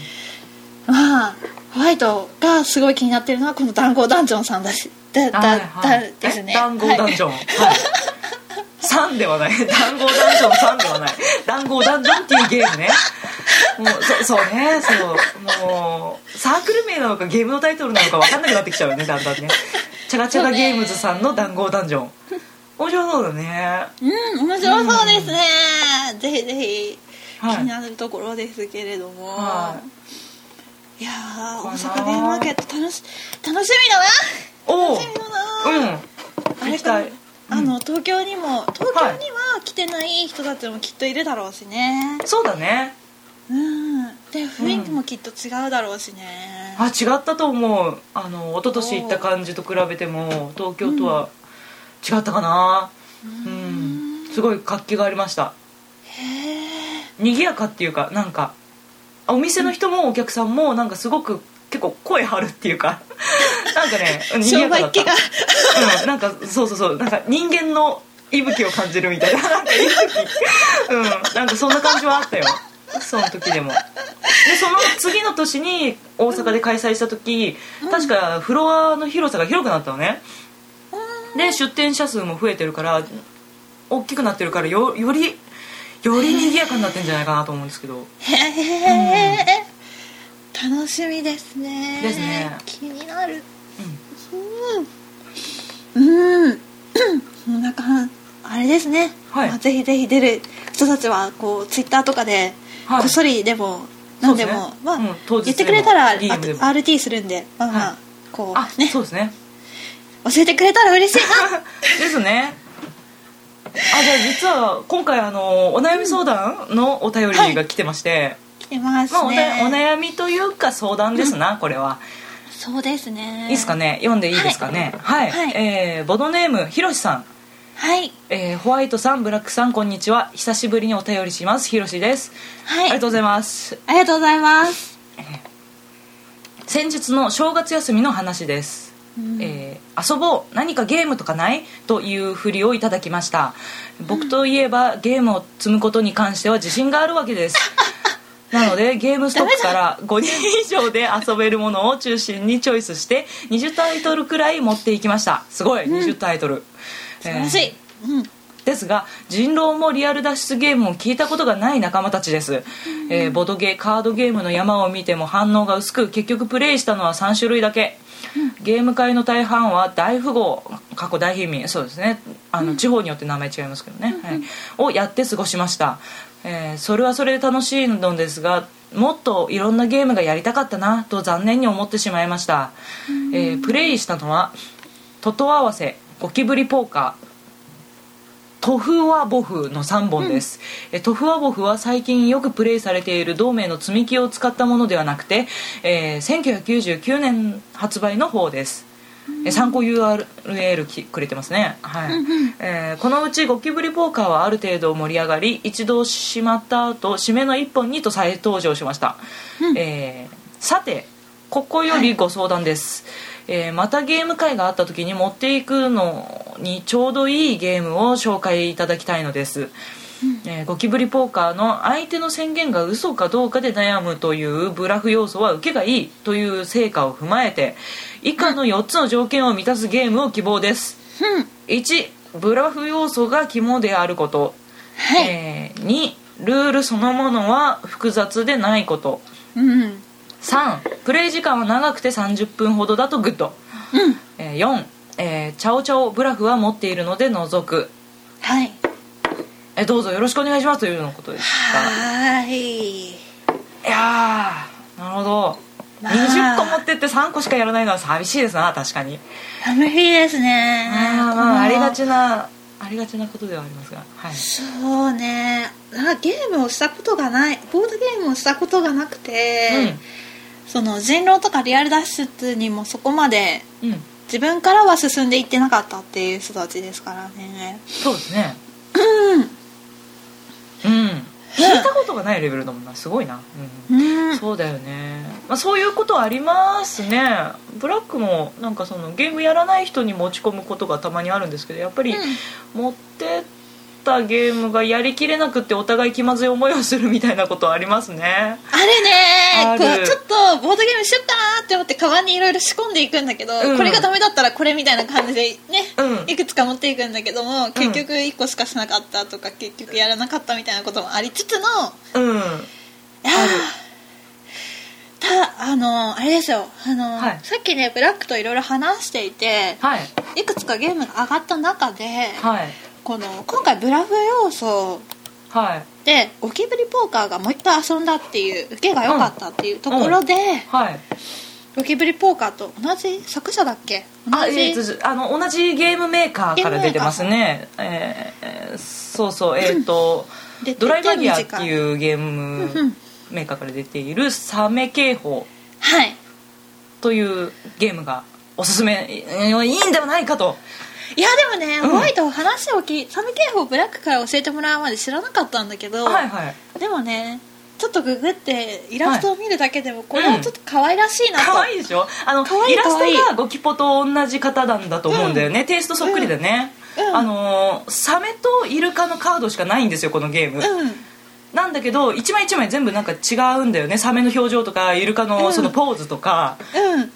Speaker 2: まあホワイトがすごい気になってるのはこの「談合ダンジョン」さんだしだだ、
Speaker 1: はいはい
Speaker 2: だですね
Speaker 1: え談合ダンジョン、はい、3ではない談合ダンジョン3ではない談合ダンジョンっていうゲームねもうそそうねそうもうサークル名なのかゲームのタイトルなのか分かんなくなってきちゃうよねだんだんねチャラチャラゲームズさんの談合ダンジョン面白そうだね
Speaker 2: うん面白そうですね、ぜひぜひ気
Speaker 1: はい
Speaker 2: になるところですけれども、、
Speaker 1: はい
Speaker 2: やー
Speaker 1: か
Speaker 2: 大
Speaker 1: な
Speaker 2: 阪ゲームマーケット楽し楽しみだな
Speaker 1: おう
Speaker 2: 楽しみだ
Speaker 1: うん
Speaker 2: な、あ
Speaker 1: 行
Speaker 2: れ
Speaker 1: き
Speaker 2: か
Speaker 1: た
Speaker 2: ないあの東京にも東京には来てない人たちもきっといるだろうしね、
Speaker 1: そうだね
Speaker 2: うんで雰囲気もきっと違うだろうしね、
Speaker 1: あ違ったと思うあの一昨年行った感じと比べても東京とは違ったかな
Speaker 2: うん
Speaker 1: うんすごい活気がありました
Speaker 2: へえ
Speaker 1: 賑やかっていうかなんかお店の人もお客さんもなんかすごく結構声張るっていうか なんかねうん賑や
Speaker 2: 商
Speaker 1: かだっ
Speaker 2: 売っ気
Speaker 1: た
Speaker 2: が
Speaker 1: うん、なんかそうそうそうなんか人間の息吹を感じるみたいななんか息吹うんなんかそんな感じはあったよその時でもでその次の年に大阪で開催した時、確かフロアの広さが広くなったのね、で出店者数も増えてるから大きくなってるからよよりより賑やかになってんじゃないかなと思うんですけど
Speaker 2: へえ、楽しみですね
Speaker 1: ですね
Speaker 2: 気になるうん、うん、そんな感あれですね、
Speaker 1: はい
Speaker 2: まあ、ぜひぜひ出る人たちはこうツイッターとかで
Speaker 1: はい
Speaker 2: こっそりでも何でも、
Speaker 1: そうですね
Speaker 2: まあ
Speaker 1: うん当日でも
Speaker 2: 言ってくれたらあ
Speaker 1: DM でも
Speaker 2: RT するんでまあまあ、
Speaker 1: はい
Speaker 2: こ
Speaker 1: あ
Speaker 2: うね
Speaker 1: そ
Speaker 2: 教
Speaker 1: うですね
Speaker 2: えてくれたら嬉しい な
Speaker 1: ですねあじゃあ実は今回あのお悩み相談のお便りが来てまして、
Speaker 2: 来てます
Speaker 1: まあ、お
Speaker 2: ね、
Speaker 1: たお悩みというか相談ですな、これは
Speaker 2: そうですね
Speaker 1: いいですかね読んでいいですかねはい、
Speaker 2: はい
Speaker 1: えーボドネームひろしさん
Speaker 2: はい
Speaker 1: えーホワイトさんブラックさんこんにちは久しぶりにお便りしますひろしです、
Speaker 2: はい
Speaker 1: ありがとうございます
Speaker 2: ありがとうございます
Speaker 1: 先日の正月休みの話です、
Speaker 2: うん
Speaker 1: えー遊ぼう何かゲームとかないというふりをいただきました僕といえば、ゲームを積むことに関しては自信があるわけ ですなのでゲームストップから5人以上で遊べるものを中心にチョイスして20タイトルくらい持っていきましたすごい、20タイトル
Speaker 2: 素晴らしい、うん
Speaker 1: ですが人狼もリアル脱出ゲームを聞いたことがない仲間たちです、えーボドゲカードゲームの山を見ても反応が薄く結局プレイしたのは3種類だけ、ゲーム界の大半は大富豪過去大貧民そうですねあの、地方によって名前違いますけどね、はい、をやって過ごしました、えーそれはそれで楽しいのですがもっといろんなゲームがやりたかったなと残念に思ってしまいました、えープレイしたのは「トト合わせゴキブリポーカートフワボフの3本です、えトフワボフは最近よくプレイされている同盟の積み木を使ったものではなくて、えー1999年発売の方です、え参考 URL きくれてますね、はいえーこのうちゴキブリポーカーはある程度盛り上がり一度しまった後締めの1本にと再登場しました、えーさてここよりご相談です、えーまたゲーム会があった時に持っていくのにちょうどいいゲームを紹介いただきたいのです、えーゴキブリポーカーの相手の宣言が嘘かどうかで悩むというブラフ要素は受けがいいという成果を踏まえて以下の4つの条件を満たすゲームを希望です
Speaker 2: うん
Speaker 1: 1ブラフ要素が肝であること、
Speaker 2: はい、
Speaker 1: えー2ルールそのものは複雑でないこと
Speaker 2: うん
Speaker 1: 3プレイ時間は長くて30分ほどだとグッド、
Speaker 2: うん
Speaker 1: えー4、えーチャオチャオブラフは持っているので除く、
Speaker 2: はい
Speaker 1: えーどうぞよろしくお願いしますというようなことでした
Speaker 2: はーい
Speaker 1: いやーなるほど、
Speaker 2: まあ
Speaker 1: 20個持ってって3個しかやらないのは寂しいですな確かに
Speaker 2: 寂しいですね
Speaker 1: あー
Speaker 2: この
Speaker 1: まあありがちなありがちなことではありますがはい
Speaker 2: そうねなんかゲームをしたことがないボードゲームをしたことがなくて、その人狼とかリアル脱出にもそこまで
Speaker 1: うん、うん、
Speaker 2: 自分からは進んでいってなかったっていう人たちですからね
Speaker 1: そうですねうん聞いたことがないレベルだもんなすごいな、うん
Speaker 2: うん
Speaker 1: そうだよね、まあ、そういうことありますねブラックもなんかそのゲームやらない人に持ち込むことがたまにあるんですけどやっぱり持ってったゲームがやりきれなくってお互い気まずい思いをするみたいなことありますね
Speaker 2: あれね
Speaker 1: ある
Speaker 2: こうちょっとボードゲームしよっかなって思ってカバンにいろいろ仕込んでいくんだけど、
Speaker 1: うん
Speaker 2: これがダメだったらこれみたいな感じでね、
Speaker 1: うん
Speaker 2: いくつか持っていくんだけども結局1個しかしなかったとか結局やらなかったみたいなこともありつつの
Speaker 1: うん
Speaker 2: いやーたあのあれですよあの、
Speaker 1: はい
Speaker 2: さっきねブラックといろいろ話していて
Speaker 1: はい
Speaker 2: いくつかゲームが上がった中で、
Speaker 1: はい
Speaker 2: この今回ブラフ要素
Speaker 1: はい
Speaker 2: でゴキブリポーカーがもう一回遊んだっていう受けが良かったっていうところで、
Speaker 1: はい
Speaker 2: ゴキブリポーカーと同じ作者だっけ
Speaker 1: あ
Speaker 2: 同じ
Speaker 1: えーとあの同じゲームメーカーから出てますねえーえーそうそうえっ、と
Speaker 2: で
Speaker 1: ドライバギアって
Speaker 2: う
Speaker 1: いうゲームメーカーから出ているサメ警報
Speaker 2: はい
Speaker 1: というゲームがおすすめいいいんではないかと
Speaker 2: いやでもね、
Speaker 1: うん
Speaker 2: ホワイト話を聞いサム警報をブラックから教えてもらうまで知らなかったんだけど、
Speaker 1: はいはい
Speaker 2: でもねちょっとググってイラストを見るだけでもこれ
Speaker 1: う
Speaker 2: は
Speaker 1: ん
Speaker 2: ちょっと可愛らしいなと、
Speaker 1: 可愛いでしょあの
Speaker 2: 可愛い
Speaker 1: イラス
Speaker 2: 可愛い
Speaker 1: トがゴキポと同じ方なんだと思うんだよね、テイストそっくりだね、
Speaker 2: うんうん
Speaker 1: あのーサメとイルカのカードしかないんですよこのゲーム、
Speaker 2: うん
Speaker 1: なんだけど一枚一枚全部なんか違うんだよねサメの表情とかイルカ
Speaker 2: うん
Speaker 1: のそのポーズとか
Speaker 2: うん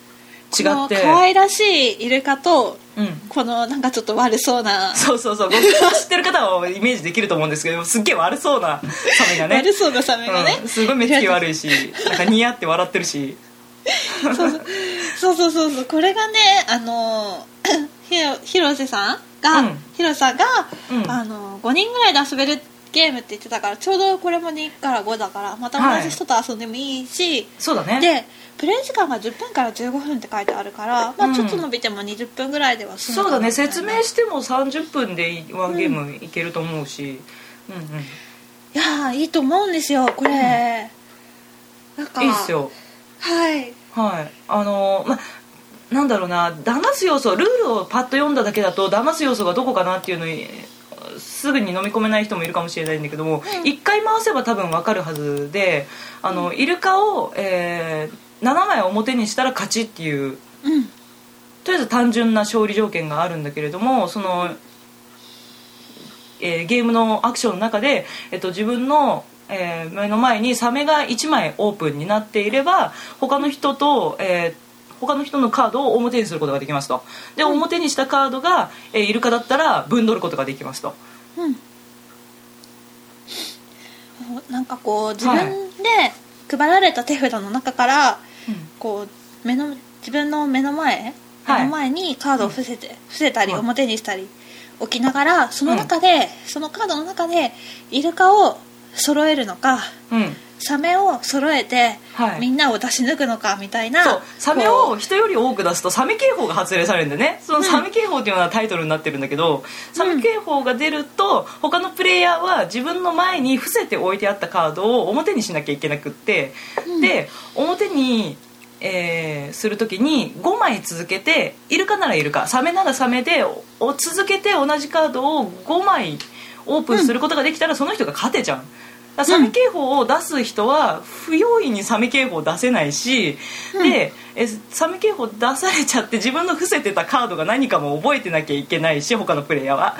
Speaker 1: 違
Speaker 2: この
Speaker 1: って、
Speaker 2: 可愛らしいイルカと
Speaker 1: うん
Speaker 2: このなんかちょっと悪そうな、
Speaker 1: そうそうそうゴキポ知ってる方はイメージできると思うんですけどすっげえ悪そうなサメがね
Speaker 2: 悪そうなサメがね、
Speaker 1: うん、すごい目つき悪いしなんかニヤって笑ってるし
Speaker 2: そうそうそうそうこれがねあの ひろ広瀬さんが、
Speaker 1: うん
Speaker 2: 広さんが、
Speaker 1: うん
Speaker 2: あの5人ぐらいで遊べるゲームって言ってたからちょうどこれも2から5だからまた同じ人と遊んでもいいし、
Speaker 1: そうだね
Speaker 2: でプレイ時間が10分から15分って書いてあるから、ま
Speaker 1: う
Speaker 2: あ、
Speaker 1: ん
Speaker 2: ちょっと伸びても20分ぐらいでは済む
Speaker 1: そうだね
Speaker 2: かな
Speaker 1: 説明しても30分でワンゲームいけると思うし、うんうん
Speaker 2: いやーいいと思うんですよこれ、なんか
Speaker 1: いいっすよ
Speaker 2: はい
Speaker 1: はいあのまなんだろうな騙す要素ルールをパッと読んだだけだと騙す要素がどこかなっていうのにすぐに飲み込めない人もいるかもしれないんだけども、
Speaker 2: うん
Speaker 1: 一回回せば多分わかるはずであの、イルカを、えー7枚表にしたら勝ちっていう
Speaker 2: うん
Speaker 1: とりあえず単純な勝利条件があるんだけれどもその、えーゲームのアクションの中で、えっと、自分の、えー目の前にサメが1枚オープンになっていれば他の人と、えー他の人のカードを表にすることができますとで表にしたカードが、えーイルカだったら分取ることができますと
Speaker 2: うんなんかこう自分で配られた手札の中からこう目の自分の目の前、
Speaker 1: はい
Speaker 2: 目の前にカードを伏せて、伏せたり
Speaker 1: はい
Speaker 2: 表にしたり置きながらその中で、そのカードの中でイルカを揃えるのか
Speaker 1: うん、うん
Speaker 2: サメを揃えて、
Speaker 1: はい
Speaker 2: みんなを出し抜くのかみたいな
Speaker 1: そうサメ
Speaker 2: こ
Speaker 1: を人より多く出すとサメ警報が発令されるんでねそのサメ警報っていうのはタイトルになってるんだけど、サメ警報が出ると他のプレイヤーは自分の前に伏せて置いてあったカードを表にしなきゃいけなくって、
Speaker 2: うん
Speaker 1: で表に、えーする時に5枚続けてイルカならイルカサメならサメでおお続けて同じカードを5枚オープンすることができたらその人が勝てちゃう。だからサメ警報を出す人は不用意にサメ警報を出せないし、でえサメ警報出されちゃって自分の伏せてたカードが何かも覚えてなきゃいけないし他のプレイヤーは、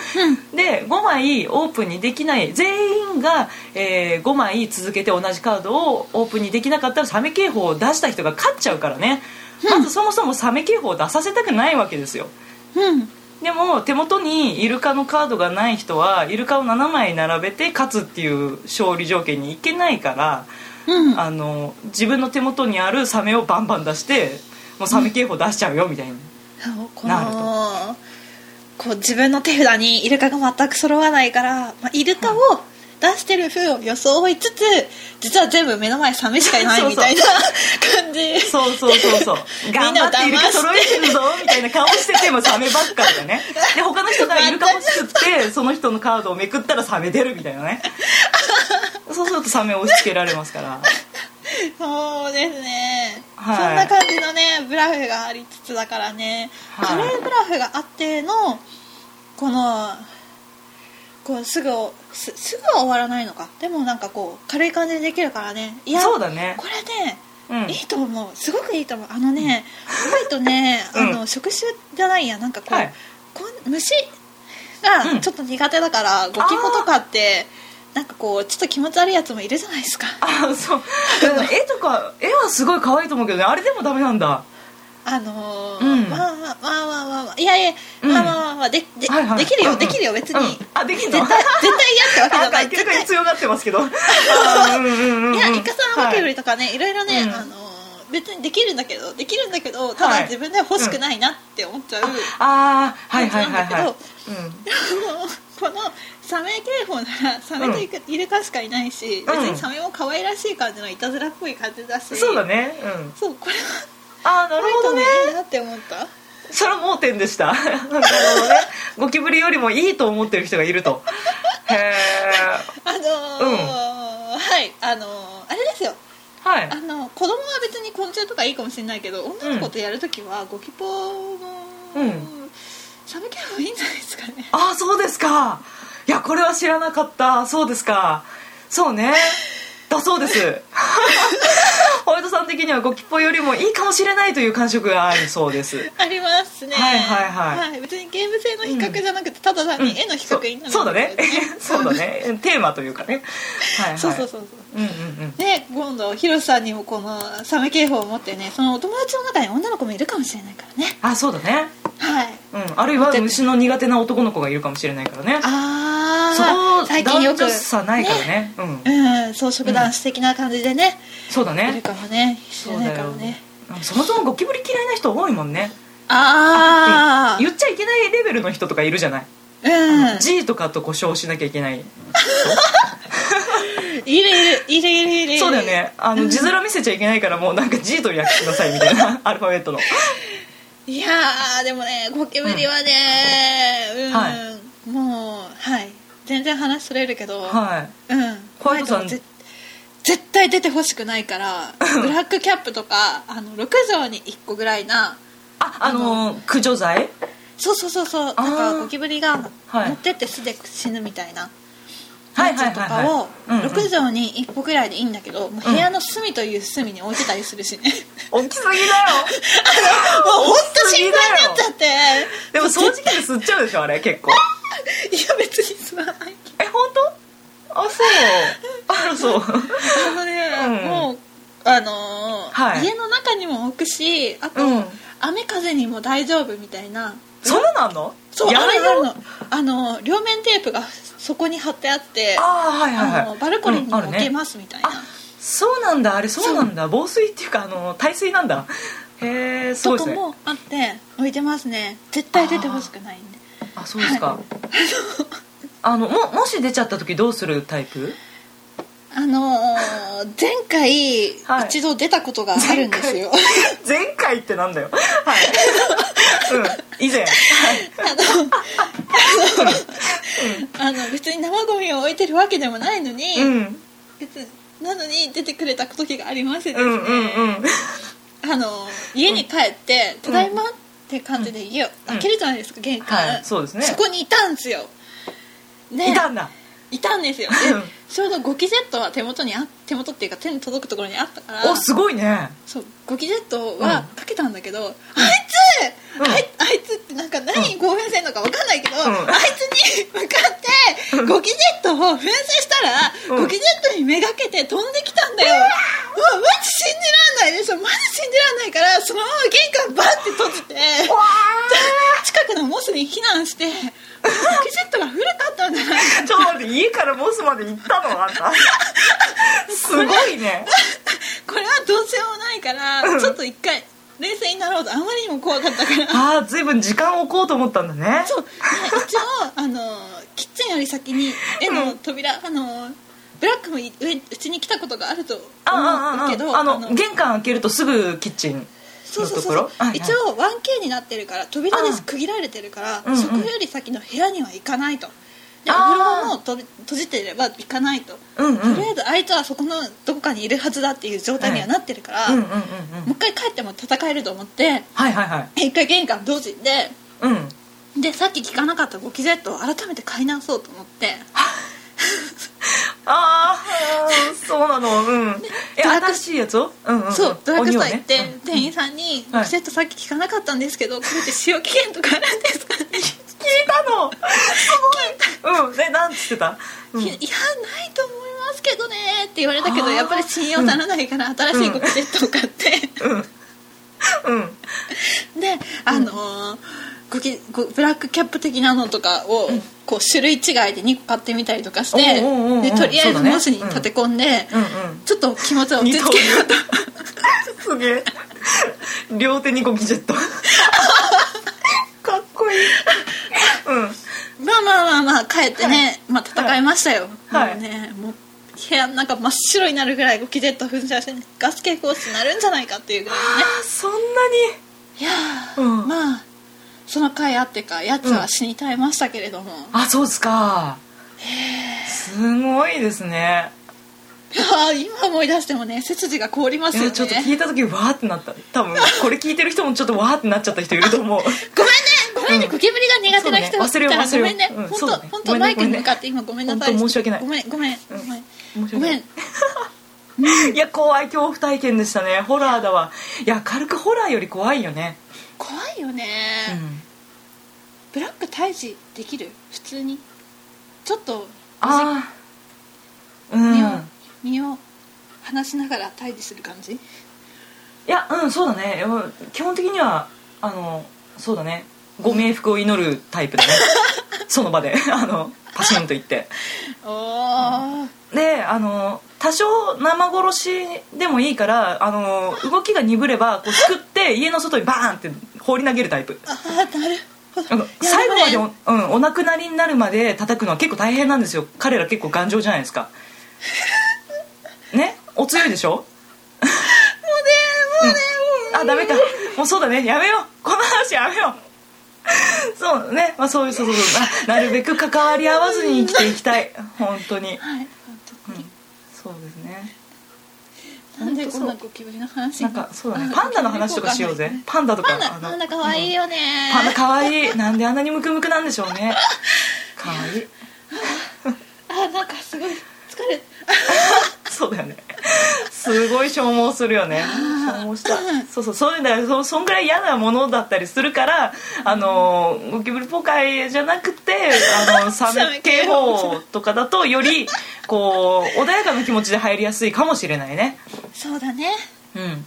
Speaker 1: で5枚オープンにできない全員が、え5枚続けて同じカードをオープンにできなかったらサメ警報を出した人が勝っちゃうからね、まずそもそもサメ警報を出させたくないわけですよ
Speaker 2: ううん
Speaker 1: でも手元にイルカのカードがない人はイルカを7枚並べて勝つっていう勝利条件にいけないから、
Speaker 2: うん
Speaker 1: あの自分の手元にあるサメをバンバン出してもうサメ警報出しちゃうよみたいな、
Speaker 2: そうこ
Speaker 1: なる
Speaker 2: のこう自分の手札にイルカが全く揃わないから、まあ、イルカを出してる風を装いつつ実は全部目の前サメしかいな
Speaker 1: そ
Speaker 2: い
Speaker 1: そう
Speaker 2: うみたいな感じ
Speaker 1: そうそうそうそう
Speaker 2: み
Speaker 1: 頑
Speaker 2: んな
Speaker 1: 張
Speaker 2: を
Speaker 1: ってイルカ揃えてるぞみたいな顔しててもサメばっかりだ ねで他の人がイルカ欲しくってその人のカードをめくったらサメ出るみたいな ねそうするとサメを押し付けられますから
Speaker 2: そうですね、
Speaker 1: はい
Speaker 2: そんな感じのねブラフがありつつだからね、
Speaker 1: はい
Speaker 2: あれブラフがあってのこのこうすぐすすぐは終わらないのかでもなんかこう軽い感じでできるからねいや
Speaker 1: そうだね
Speaker 2: これね
Speaker 1: うん
Speaker 2: いいと思うすごくいいと思うあのね意外とね、
Speaker 1: うん
Speaker 2: あの職種じゃないやなんかこう、
Speaker 1: はい
Speaker 2: こん虫がちょっと苦手だから、ゴキブとかってなんかこうちょっと気持ち悪いやつもいるじゃないですか
Speaker 1: あそうで も絵とか絵はすごい可愛いと思うけどねあれでもダメなんだ
Speaker 2: あのー
Speaker 1: うん
Speaker 2: まあまあまあまあまあまあいやいや、
Speaker 1: うん
Speaker 2: まあまあまあまあでで,、
Speaker 1: はいはい
Speaker 2: できる
Speaker 1: う
Speaker 2: よ
Speaker 1: ん
Speaker 2: できるよ別に、
Speaker 1: うんあできんの
Speaker 2: 絶対絶対嫌ってわけじ
Speaker 1: な
Speaker 2: ゃ
Speaker 1: ん
Speaker 2: な
Speaker 1: か
Speaker 2: い
Speaker 1: 結
Speaker 2: 絶
Speaker 1: 構
Speaker 2: 対
Speaker 1: 強がってます けどいや
Speaker 2: いやイカさんの
Speaker 1: は
Speaker 2: ゴキブ
Speaker 1: い
Speaker 2: リとかね、い、ろいろね、
Speaker 1: うん
Speaker 2: あのー別にできるんだけどできるんだけどた
Speaker 1: はい
Speaker 2: だ自分では欲しくないなって思っちゃう、
Speaker 1: あーはいはいはいはい、
Speaker 2: な
Speaker 1: うん
Speaker 2: んだこのサメ警報ならサメとイカ,、イルカしかいないし別
Speaker 1: う
Speaker 2: に
Speaker 1: ん
Speaker 2: サメも可愛らしい感じのいたずらっぽい感じだし、
Speaker 1: そうだね、うん、
Speaker 2: そうこれは
Speaker 1: ああなるほどね
Speaker 2: いいなって思った
Speaker 1: それは盲点でした なるほどねゴキブリよりもいいと思ってる人がいるとへえ
Speaker 2: あのー
Speaker 1: うん
Speaker 2: はいあのーあれですよ
Speaker 1: はい
Speaker 2: あの子供は別に昆虫とかいいかもしれないけど女の子とやるときはゴキポも、
Speaker 1: うん
Speaker 2: サメキャラもいいんじゃないですかね
Speaker 1: ああそうですかいやこれは知らなかったそうですかそうねだそうです ホワイトさん的にはゴキポよりもいいかもしれないという感触があるそうです
Speaker 2: ありますね
Speaker 1: はいはいはい
Speaker 2: 別にゲーム性の比較じゃなくて、ただ単に絵の比較になる
Speaker 1: そうそうだ
Speaker 2: ん で
Speaker 1: ね
Speaker 2: すよ
Speaker 1: そうだねテーマというかねはい、はい、
Speaker 2: そうそうそうそう
Speaker 1: うんうんうん
Speaker 2: で今度ヒロさんにもこのサメ警報を持ってねそのお友達の中に女の子もいるかもしれないからね
Speaker 1: あそうだね
Speaker 2: はい
Speaker 1: うんあるいは虫の苦手な男の子がいるかもしれないからね
Speaker 2: あ
Speaker 1: そ
Speaker 2: あ
Speaker 1: こ
Speaker 2: 最近よく
Speaker 1: 男女差ないからねうん
Speaker 2: うん装飾男子的な感じでね、
Speaker 1: そうだ
Speaker 2: いる
Speaker 1: ね
Speaker 2: かもね知
Speaker 1: そ
Speaker 2: ら
Speaker 1: う
Speaker 2: ない
Speaker 1: だ
Speaker 2: かも
Speaker 1: よ
Speaker 2: ね
Speaker 1: うんそもそもゴキブリ嫌いな人多いもんね
Speaker 2: ああ
Speaker 1: 言っちゃいけないレベルの人とかいるじゃない、
Speaker 2: うん、
Speaker 1: G とかと故障しなきゃいけない、
Speaker 2: いるいるいるいるいる
Speaker 1: そうだよねあの字面見せちゃいけないから もうなんか G と略してくださいみたいなアルファベットの
Speaker 2: いやーでもねゴキブリはねうん、
Speaker 1: は
Speaker 2: もうはい全然話それるけど、
Speaker 1: はい
Speaker 2: うん
Speaker 1: ホワイトさん
Speaker 2: ホぜ絶対出てほしくないからブラックキャップとかあの6畳に1個ぐらいな
Speaker 1: ああのー駆除剤
Speaker 2: そうそうそうそうなん
Speaker 1: あー
Speaker 2: かゴキブリが持
Speaker 1: はい
Speaker 2: ってって巣で死ぬみたいな
Speaker 1: はい
Speaker 2: や
Speaker 1: はい
Speaker 2: つと
Speaker 1: はい
Speaker 2: かを
Speaker 1: はいうんうん
Speaker 2: 6畳に1個ぐらいでいいんだけど、もう部屋の隅という隅に置いてたりする しね、
Speaker 1: 大きすぎだよ
Speaker 2: もう 本当
Speaker 1: 多すぎ
Speaker 2: 心
Speaker 1: だよ
Speaker 2: 配になっちゃって
Speaker 1: でも掃除機で吸っちゃうでしょあれ結構
Speaker 2: いや別にすまないけ
Speaker 1: え本当あそうあ そう
Speaker 2: どあのね、
Speaker 1: うん
Speaker 2: もうあのー
Speaker 1: はい
Speaker 2: 家の中にも置くしあと、
Speaker 1: うん
Speaker 2: 雨風にも大丈夫みたいな
Speaker 1: そんなのあんの
Speaker 2: そう
Speaker 1: や
Speaker 2: あ
Speaker 1: ら
Speaker 2: る
Speaker 1: れ
Speaker 2: のあるのあの両面テープがそこに貼ってあって
Speaker 1: あーはいはい
Speaker 2: あ
Speaker 1: は
Speaker 2: の
Speaker 1: い
Speaker 2: バルコニーに
Speaker 1: うんある
Speaker 2: 置
Speaker 1: ね
Speaker 2: けますみたいな、
Speaker 1: あそうなんだあれそうなんだ防水っていうかあの耐水なんだへえすご
Speaker 2: と
Speaker 1: いで
Speaker 2: か
Speaker 1: すね
Speaker 2: もあって置いてますね絶対出てほしくないんで
Speaker 1: あそうですか、あのももし出ちゃった時どうするタイプ
Speaker 2: あのーの前回
Speaker 1: はい
Speaker 2: 一度出たことがあるんですよ、
Speaker 1: 前回ってなんだよはい、 うん、以前はい
Speaker 2: あの別に生ゴミを置いてるわけでもないのに、
Speaker 1: うん
Speaker 2: 別になのに出てくれた時がありましてで
Speaker 1: う
Speaker 2: すね、
Speaker 1: んうんうん
Speaker 2: あの家に帰って「ただいま」って感じで家を開けるじゃないですか、玄関、
Speaker 1: はいそうですね
Speaker 2: そこにいたんですよね
Speaker 1: いたんだ
Speaker 2: いたんですよ
Speaker 1: うん
Speaker 2: でちょうどゴキジェットは手元にあ手元っていうか手に届くところにあったから
Speaker 1: おすごいね
Speaker 2: そうゴキジェットはかけたんだけど、あいつ、
Speaker 1: うん
Speaker 2: あいあいつってなんか何に興奮してんのか分かんないけど、
Speaker 1: ん
Speaker 2: あいつに向かってゴキジェットを噴射したら、
Speaker 1: うん
Speaker 2: ゴキジェットにめがけて飛んできたんだよ、もうマジ信じらんないでしょマジ信じらんないからそのまま玄関バンって閉じて
Speaker 1: わ
Speaker 2: 近くのモスに避難してゴキジェットが古かったんじゃない
Speaker 1: ーちょっと待って家からボスまで行ったのあんた すごいね
Speaker 2: これはどうしようもないから、
Speaker 1: うん
Speaker 2: ちょっと一回冷静になろうとあまりにも怖かったから
Speaker 1: ああ随分時間を置こうと思ったんだね
Speaker 2: そうで一応あのキッチンより先に絵の扉、あのブラックもいうちに来たことがあると思
Speaker 1: ああああ
Speaker 2: う
Speaker 1: あ
Speaker 2: けど
Speaker 1: あの玄関開けるとすぐキッチン
Speaker 2: そう
Speaker 1: の
Speaker 2: そ
Speaker 1: と
Speaker 2: うそ
Speaker 1: こ
Speaker 2: う、
Speaker 1: ろはいはい
Speaker 2: 一応 1K になってるから扉で
Speaker 1: ああ
Speaker 2: す区切られてるから、
Speaker 1: うんうん
Speaker 2: そこより先の部屋には行かないとでお
Speaker 1: ああ
Speaker 2: 風呂場もと閉じてれば行かないと、
Speaker 1: うんうん
Speaker 2: とりあえずあいつはそこのどこかにいるはずだっていう状態にはなってるから、
Speaker 1: うんうんうんうん
Speaker 2: もう一回帰っても戦えると思って
Speaker 1: はいはいはい
Speaker 2: 一回玄関同時で
Speaker 1: うん
Speaker 2: でさっき聞かなかったゴキジェットを改めて買い直そうと思って
Speaker 1: ああそうなのうんえ
Speaker 2: ドラッグ
Speaker 1: 新しいやつをうんうん
Speaker 2: そうドラッグストア行って、
Speaker 1: 鬼をね
Speaker 2: 店員さんに「
Speaker 1: はい
Speaker 2: セットさっき聞かなかったんですけどこれって使用期限とかあるんですかね?」
Speaker 1: 聞いたのすごいうんでなんつってた、うん、
Speaker 2: いやないと思いますけどね」って言われたけ
Speaker 1: あ
Speaker 2: ど
Speaker 1: ー
Speaker 2: やっぱり信用ならないから新しいゴキジェットを買って、
Speaker 1: うん
Speaker 2: であのーゴキゴブラックキャップ的なのとかを、こう種類違いで2個買ってみたりとかして
Speaker 1: おうおうおうおう
Speaker 2: でとりあ
Speaker 1: そ
Speaker 2: えず
Speaker 1: うだね
Speaker 2: モスに立て込んで、
Speaker 1: うんうん
Speaker 2: ちょっと気持ちを落
Speaker 1: 二
Speaker 2: ち
Speaker 1: 刀
Speaker 2: 着けようと
Speaker 1: 流すげえ両手にゴキジェットかっこいいうん
Speaker 2: まあまあまあまあ帰ってね、まあ戦いましたよ、
Speaker 1: はい
Speaker 2: もうねもう部屋の中真っ白になるぐらいゴキジェット噴射してガス蛍光室になるんじゃないかっていうぐらいのね
Speaker 1: あそんなに
Speaker 2: いやー、
Speaker 1: うん
Speaker 2: まあその回あってかやつは死に絶えましたけれども、い
Speaker 1: あそうですかすごいですね
Speaker 2: やー今思い出してもね背筋が凍りま
Speaker 1: い
Speaker 2: すよね
Speaker 1: やちょっと聞いた時わーってなった多分これ聞いてる人もちょっとわーってなっちゃった人いると思う
Speaker 2: ごめんねごめんね、
Speaker 1: うん
Speaker 2: ゴキブリが苦手な人
Speaker 1: そうね忘れよう
Speaker 2: だっ
Speaker 1: 忘
Speaker 2: た
Speaker 1: れよう
Speaker 2: らごめんね
Speaker 1: うん
Speaker 2: 本
Speaker 1: そうだ
Speaker 2: 当
Speaker 1: ね
Speaker 2: 本
Speaker 1: ご
Speaker 2: 当
Speaker 1: めんね
Speaker 2: マイクに向かって今ごめんなさい
Speaker 1: 本当申し訳ない
Speaker 2: ごめんごめんご
Speaker 1: うん
Speaker 2: めん、
Speaker 1: 申し
Speaker 2: ご
Speaker 1: 訳な
Speaker 2: め
Speaker 1: い
Speaker 2: ん
Speaker 1: いや怖い恐怖体験でしたねホラーだわいや軽くホラーより怖いよね、
Speaker 2: 怖いよね、
Speaker 1: うん、
Speaker 2: ブラック退治できる普通にちょっと
Speaker 1: ああう
Speaker 2: 身を、
Speaker 1: ん
Speaker 2: 身を離しながら退治する感じ
Speaker 1: いやうんそうだねうん基本的にはあのそうだねご冥福を祈るタイプ だねその場であのパシンと言って
Speaker 2: おお、
Speaker 1: であの多少生殺しでもいいからあの動きが鈍ればこうすくって家の外にバーンって放り投げるタイプ
Speaker 2: ああなるほど
Speaker 1: あの最後までお,、うん、お亡くなりになるまで叩くのは結構大変なんですよ彼ら結構頑丈じゃないです かねお強いでしょ
Speaker 2: もうねもうねもう
Speaker 1: あダメかもうそうだねやめようこの話やめようそうねまあそういうそうそうそうあなるべく関わり合わずに生きていきたい本当に
Speaker 2: はい
Speaker 1: そうですね
Speaker 2: なんでこんな
Speaker 1: 本
Speaker 2: ゴキブリの話
Speaker 1: なん
Speaker 2: に
Speaker 1: かそうだねパンダの話とかしようぜパンダとか
Speaker 2: パンダ
Speaker 1: あの
Speaker 2: パンダ可愛いよね
Speaker 1: パンダ可愛いなんであんなにムクムクなんでしょうね可愛い
Speaker 2: あなんかすごい疲れ
Speaker 1: そうだよねすごい消耗するよね消耗したそうそうそういうのはそそんぐらい嫌なものだったりするからあのゴキブリポカイじゃなくてあ のサメ警報とかだとよりこう穏やかな気持ちで入りやすいかもしれないね
Speaker 2: そうだね
Speaker 1: うん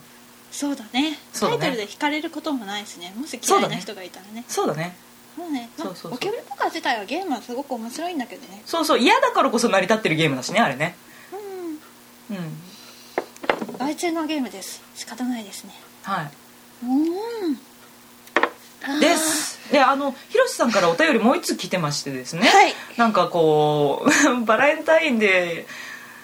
Speaker 2: そうだね
Speaker 1: そうだね
Speaker 2: タイトルで惹かれることもないしねもし嫌いな人がいたらね
Speaker 1: そうだね
Speaker 2: そうね
Speaker 1: そうそうそう
Speaker 2: ゴキブリポカ自体はゲームはすごく面白いんだけどね
Speaker 1: そうそう嫌だからこそ成り立ってるゲームだしねあれね
Speaker 2: うん
Speaker 1: うん
Speaker 2: 外注のゲームです仕方ないですね
Speaker 1: はい
Speaker 2: うん
Speaker 1: ですであのひろしさんからお便りもう一つ来てましてですね、
Speaker 2: はい
Speaker 1: なんかこうバレンタインで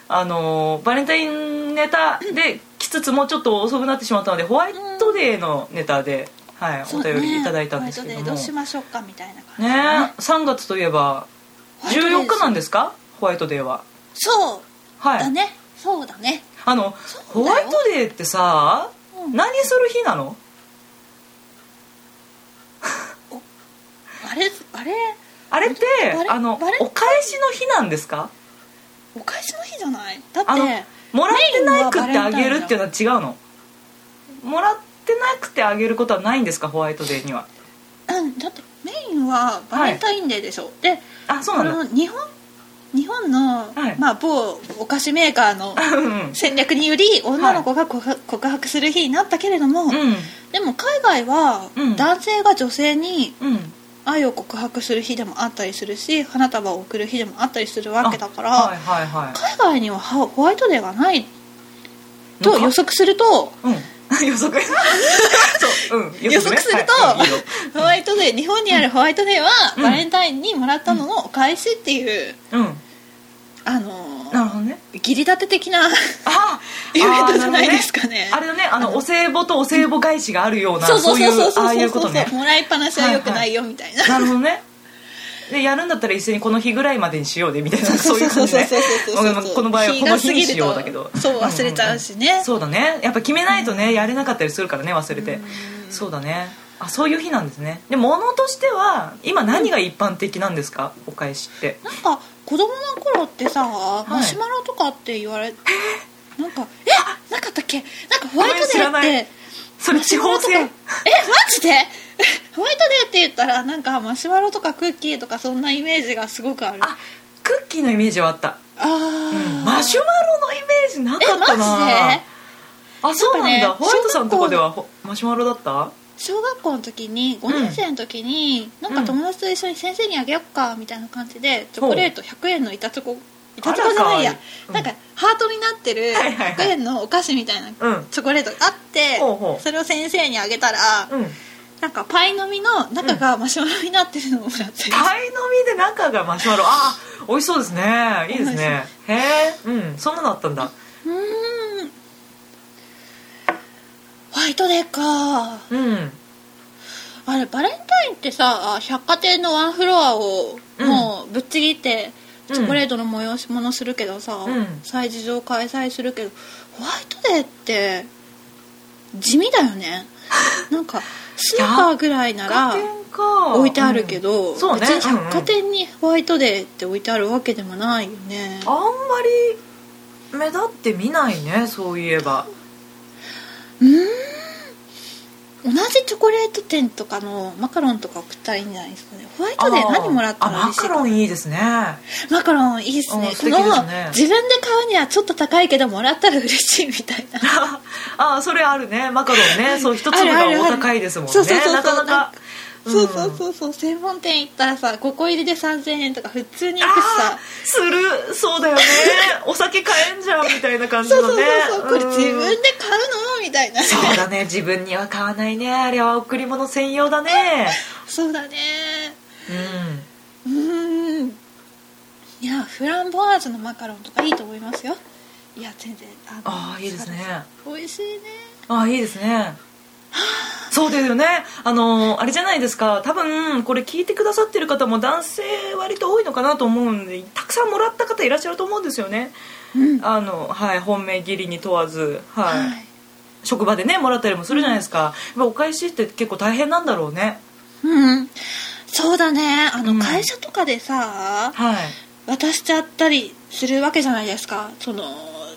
Speaker 1: あのバレンタインネタできつつもうちょっと遅くなってしまったのでホワイトデーのネタで、はい、
Speaker 2: そ
Speaker 1: お
Speaker 2: うね
Speaker 1: 便りいただいたんですけど
Speaker 2: ホワイ
Speaker 1: も
Speaker 2: トデーどうし
Speaker 1: ね
Speaker 2: ましょうかみたいな感じだね
Speaker 1: 3月といえば
Speaker 2: ホワイトデー
Speaker 1: 14日なん
Speaker 2: で
Speaker 1: ですかホワイトデーは
Speaker 2: すそう
Speaker 1: はい
Speaker 2: だね、そうだね
Speaker 1: あの
Speaker 2: そ
Speaker 1: ホ
Speaker 2: うだ
Speaker 1: ワイ
Speaker 2: よ
Speaker 1: トデーってさ
Speaker 2: うん
Speaker 1: 何する日なの
Speaker 2: あれあれ
Speaker 1: あれって
Speaker 2: バレ
Speaker 1: あの
Speaker 2: バレ
Speaker 1: お返しの日なんですか
Speaker 2: お返しの日じゃないだっ
Speaker 1: あの
Speaker 2: て
Speaker 1: もらってなく
Speaker 2: メイ
Speaker 1: て
Speaker 2: ン
Speaker 1: あ
Speaker 2: はバレンタイン
Speaker 1: げるっていうのは違うのもらってなくてあげることはないんですかホワイトデーには
Speaker 2: うんだってメインはバレンタインデーでしょ、で
Speaker 1: あそう
Speaker 2: こ
Speaker 1: なんだ
Speaker 2: の日本日本の、
Speaker 1: はい
Speaker 2: まあ、某お菓子メーカーの
Speaker 1: うん
Speaker 2: 戦略により女の子が告白告白する日になったけれども、
Speaker 1: うん
Speaker 2: でも海外は
Speaker 1: うん
Speaker 2: 男性が女性に
Speaker 1: うん
Speaker 2: 愛を告白する日でもあったりするし花束を贈る日でもあったりするわけだから、
Speaker 1: はいはいはい
Speaker 2: 海外にははホワイトデーがないと
Speaker 1: なんか
Speaker 2: 予測すると
Speaker 1: うん 予測そう、うん、
Speaker 2: 予測すると
Speaker 1: はいいいよ
Speaker 2: ホワイトデー日本にあるホワイトデーは
Speaker 1: うん
Speaker 2: バレンタインにもらったののお返しっていう、
Speaker 1: うん
Speaker 2: あの
Speaker 1: なる
Speaker 2: ー
Speaker 1: ほどね
Speaker 2: 義理立て的なイ
Speaker 1: あ
Speaker 2: ベントじゃないです
Speaker 1: か
Speaker 2: かね
Speaker 1: あれだねあのお歳暮とお歳暮返しがあるような
Speaker 2: そうそ
Speaker 1: そううい
Speaker 2: そうそううそう
Speaker 1: ああい
Speaker 2: そうう
Speaker 1: こ
Speaker 2: そ
Speaker 1: と
Speaker 2: う、
Speaker 1: ね
Speaker 2: もらいっぱなしはよくないよみたい な、
Speaker 1: なるほどねでやるんだったら一斉にこの日ぐらいまでにしようでみたいなそういう
Speaker 2: そ
Speaker 1: 感
Speaker 2: う
Speaker 1: じ
Speaker 2: そう
Speaker 1: ね
Speaker 2: そうそうそう
Speaker 1: まあこの場合はこの日にしようだけど
Speaker 2: 日が過ぎるとそう忘れちゃうしね、
Speaker 1: そうだねやっぱ決めないとねやれなかったりするからね忘れてそうだねあそういう日なんですねでものとしては今何が一般的なんですかお返しって
Speaker 2: なんか子供の頃ってさ
Speaker 1: い
Speaker 2: マシュマロとかって言われ、なんかえなかったっけなんかホワイト
Speaker 1: ごめん知
Speaker 2: デ
Speaker 1: ら
Speaker 2: ーっ
Speaker 1: ない
Speaker 2: て
Speaker 1: それ地方
Speaker 2: えマ
Speaker 1: 性
Speaker 2: ジでホワイトデーって言ったらなんかマシュマロとかクッキーとかそんなイメージがすごくあるあ
Speaker 1: あクッキーのイメージはあった、
Speaker 2: あー、
Speaker 1: マシュマロのイメージなかった
Speaker 2: えマ
Speaker 1: な
Speaker 2: ジで
Speaker 1: あそうなんだ、
Speaker 2: なん
Speaker 1: ホ
Speaker 2: かね
Speaker 1: ワイトさんのとこではほマシュマロだった
Speaker 2: 小学校の時に5年生の時に、なんか友達と一緒に先生にあげよっかみたいな感じでチョコレート100円の板チョコ板チョコじゃないや
Speaker 1: あらかわいいうん
Speaker 2: なんかハートになってる
Speaker 1: はいはいはい
Speaker 2: 100円のお菓子みたいな
Speaker 1: うん
Speaker 2: チョコレートがあって、
Speaker 1: ほうほう
Speaker 2: それを先生にあげたら、
Speaker 1: うん
Speaker 2: なんかパイの実の中がマシュマロになってるのをも らって、
Speaker 1: パイの実で中がマシュマロあー美味しそうですねいいですねへえうんそんなのあったんだ
Speaker 2: うーんホワイトデーか
Speaker 1: うん
Speaker 2: あれバレンタインってさ百貨店のワンフロアを
Speaker 1: うん
Speaker 2: もうぶっちぎって
Speaker 1: うん
Speaker 2: チョコレートの催し物するけどさ、
Speaker 1: ん
Speaker 2: 催事場開催するけどホワイトデーって地味だよねなんかスーパーぐらいなら
Speaker 1: 百貨店か
Speaker 2: 置いてあるけど、
Speaker 1: うんそうね
Speaker 2: 別に百貨
Speaker 1: うんうん
Speaker 2: 店にホワイトデーって置いてあるわけでもないよね、
Speaker 1: あんまり目立って見ないねそういえば
Speaker 2: 同じチョコレート店とかのマカロンとか送ったらいいんじゃないですかねホワイトデー何もらった
Speaker 1: あ
Speaker 2: ら嬉
Speaker 1: マ
Speaker 2: し
Speaker 1: カ
Speaker 2: いかな
Speaker 1: ロンいいですね
Speaker 2: マカロンいいっす
Speaker 1: うん
Speaker 2: ね
Speaker 1: 素
Speaker 2: こ
Speaker 1: 敵
Speaker 2: の
Speaker 1: ですね
Speaker 2: 自分で買うにはちょっと高いけどもらったら嬉しいみたい な
Speaker 1: あそれあるねマカロンねそう一粒
Speaker 2: あ
Speaker 1: が
Speaker 2: るある
Speaker 1: お
Speaker 2: ある
Speaker 1: 高いですもんね
Speaker 2: そうそうそうそう
Speaker 1: なかなか
Speaker 2: そうそう
Speaker 1: うん
Speaker 2: そうそう専門店行ったらさ5個入りで3000円とか普通に行くし
Speaker 1: あ
Speaker 2: さ
Speaker 1: ーするそうだよねお酒買えんじゃんみたいな感じ
Speaker 2: そうそ
Speaker 1: の
Speaker 2: う
Speaker 1: ね
Speaker 2: そうそうこれ自分で
Speaker 1: うん
Speaker 2: 買うのみたいな
Speaker 1: そうだね自分には買わないねあれは贈り物専用だね
Speaker 2: そうだね
Speaker 1: うん
Speaker 2: うーんいやフランボワーズのマカロンとかいいと思いますよいや全然あの
Speaker 1: あーいいですね
Speaker 2: 美味しいね
Speaker 1: ああいいですねそうですよねあのあれじゃないですか多分これ聞いてくださってる方も男性割と多いのかなと思うんでたくさんもらった方いらっしゃると思うんですよね
Speaker 2: うん
Speaker 1: あのはい本命義理に問わずはい、
Speaker 2: はい
Speaker 1: 職場でねもらったりもするじゃないですか、やっぱお返しって結構大変なんだろうね
Speaker 2: うんそうだねあ
Speaker 1: う
Speaker 2: の
Speaker 1: ん
Speaker 2: 会社とかでさ、
Speaker 1: はい
Speaker 2: 渡しちゃったりするわけじゃないですかその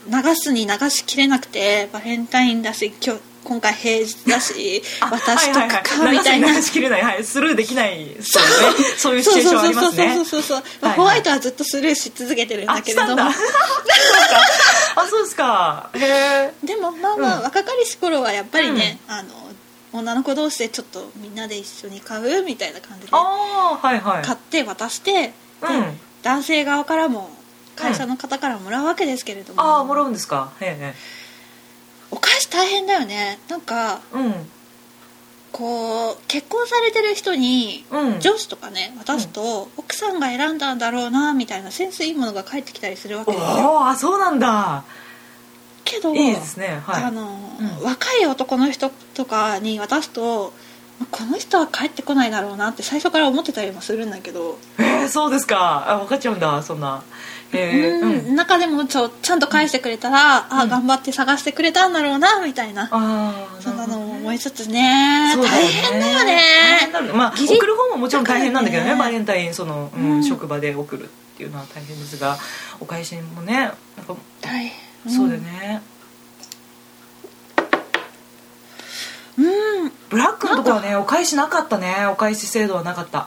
Speaker 2: 流すに流しきれなくてバレンタインだし今日今回平日だし
Speaker 1: あ
Speaker 2: 私と
Speaker 1: は
Speaker 2: か
Speaker 1: いはい
Speaker 2: か
Speaker 1: はい
Speaker 2: みたいな
Speaker 1: 流し流しきれない、はい、スルーできないそう,、ね、そういうシチュエーションありますね
Speaker 2: そうそうそうそうそう、
Speaker 1: はい
Speaker 2: まあ
Speaker 1: はい
Speaker 2: ホワイトはずっとスルーし続けてるんだ
Speaker 1: あ
Speaker 2: け
Speaker 1: 来
Speaker 2: れ
Speaker 1: た
Speaker 2: ど
Speaker 1: ん
Speaker 2: も
Speaker 1: だ そうかあそうですかへえ
Speaker 2: でもまあまあ、
Speaker 1: うん
Speaker 2: 若かりし頃はやっぱりね、あの女の子同士でちょっとみんなで一緒に買うみたいな感じで
Speaker 1: ああはいはい
Speaker 2: 買って渡して、
Speaker 1: うん
Speaker 2: 男性側からも会社の方からもらうわけですけれども、
Speaker 1: ああもらうんですかへえ
Speaker 2: お返し大変だよねなんか
Speaker 1: へえ
Speaker 2: こう結婚されてる人に
Speaker 1: うんうん
Speaker 2: 上司とかね渡すと、奥さんが選んだんだろうなみたいなセンスいいものが返ってきたりするわ
Speaker 1: お
Speaker 2: けですよ
Speaker 1: おーあそうなんだ
Speaker 2: けけど
Speaker 1: いいですねはい
Speaker 2: あの
Speaker 1: うん
Speaker 2: 若い男の人とかに渡すとこの人は帰ってこないだろうなって最初から思ってたりもするんだけど、
Speaker 1: えー、 そうですかあ分かっちゃうんだそんなえー、
Speaker 2: う
Speaker 1: うん
Speaker 2: ん中でもちょちゃんと返してくれたら、あ頑張って探してくれたんだろうなみたいな
Speaker 1: ああ
Speaker 2: そんなのも思いつつね大変だよね
Speaker 1: 大変なのまあ
Speaker 2: ギリ
Speaker 1: 送る方ももちろん大変なんだけどね
Speaker 2: だから
Speaker 1: バ
Speaker 2: ね
Speaker 1: レンタインその、うん
Speaker 2: うん
Speaker 1: 職場で送るっていうのは大変ですがお返しもねなんか
Speaker 2: 大変
Speaker 1: そうだよね、
Speaker 2: うん
Speaker 1: ブラックのとこはねお返しなかったねお返し制度はなかった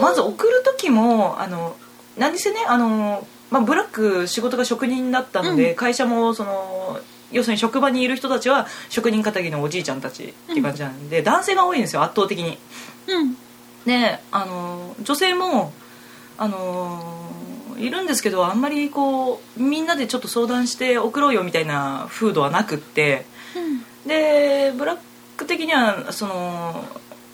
Speaker 1: まず送る時もあの何せねあの、まあ、ブラック仕事が職人だったので、会社もその要するに職場にいる人たちは職人肩着のおじいちゃんたちっていう感じなんで、男性が多いんですよ圧倒的に
Speaker 2: うん
Speaker 1: であの女性もあのいるんですけどあんまりこうみんなでちょっと相談して送ろうよみたいな風土はなくって
Speaker 2: うん
Speaker 1: でブラック的にはその、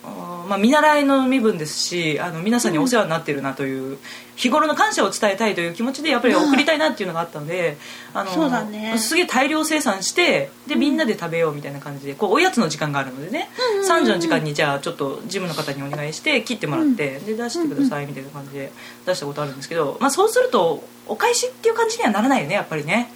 Speaker 1: あーまあ、見習いの身分ですしあの皆さんにお世話になってるなという、日頃の感謝を伝えたいという気持ちでやっぱり送りたいなっていうのがあったので、あの
Speaker 2: そうだね
Speaker 1: すげえ大量生産してでみんなで食べようみたいな感じでこうおやつの時間があるのでね、3時の時間にじゃあちょっと事務の方にお願いして切ってもらって、で出してくださいみたいな感じで出したことあるんですけど、まあ、そうするとお返しっていう感じにはならないよねやっぱりね。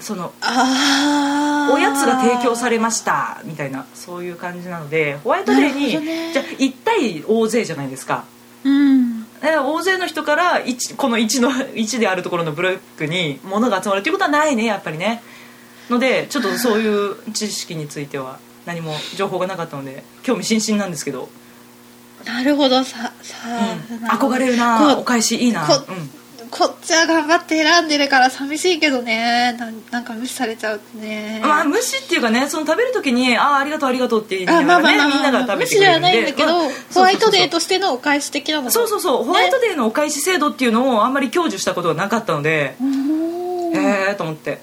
Speaker 1: その
Speaker 2: ああ
Speaker 1: おやつが提供されましたみたいなそういう感じなのでホワイトデー
Speaker 2: なる
Speaker 1: に、
Speaker 2: ほどね
Speaker 1: じゃあ1対大勢じゃないですか
Speaker 2: うん
Speaker 1: え大勢の人から一この1の1であるところのブロックに物が集まるっていうことはないねやっぱりねのでちょっとそういう知識については何も情報がなかったので興味津々なんですけど、
Speaker 2: なるほどささ
Speaker 1: うん、憧れるな
Speaker 2: こ
Speaker 1: お返しいいな、
Speaker 2: こ
Speaker 1: うん、
Speaker 2: こっちは頑張って選んでるから寂しいけどねなんなんか無視されちゃうとね
Speaker 1: まあ無視っていうかねその食べる時に「ああありがとうありがとう」って言い
Speaker 2: あ
Speaker 1: なが
Speaker 2: まあま
Speaker 1: ら
Speaker 2: あまあ
Speaker 1: ねみんなが食べてくれるんで
Speaker 2: 無視ではないんだけど、
Speaker 1: まあ
Speaker 2: ホワイ
Speaker 1: そうそうそう
Speaker 2: トデー
Speaker 1: そう
Speaker 2: としてのお返し的なの
Speaker 1: そうそうそうホワイトデーのお返し制度っていうのをあんまり享受したことがなかったので、
Speaker 2: うーん
Speaker 1: へえと思って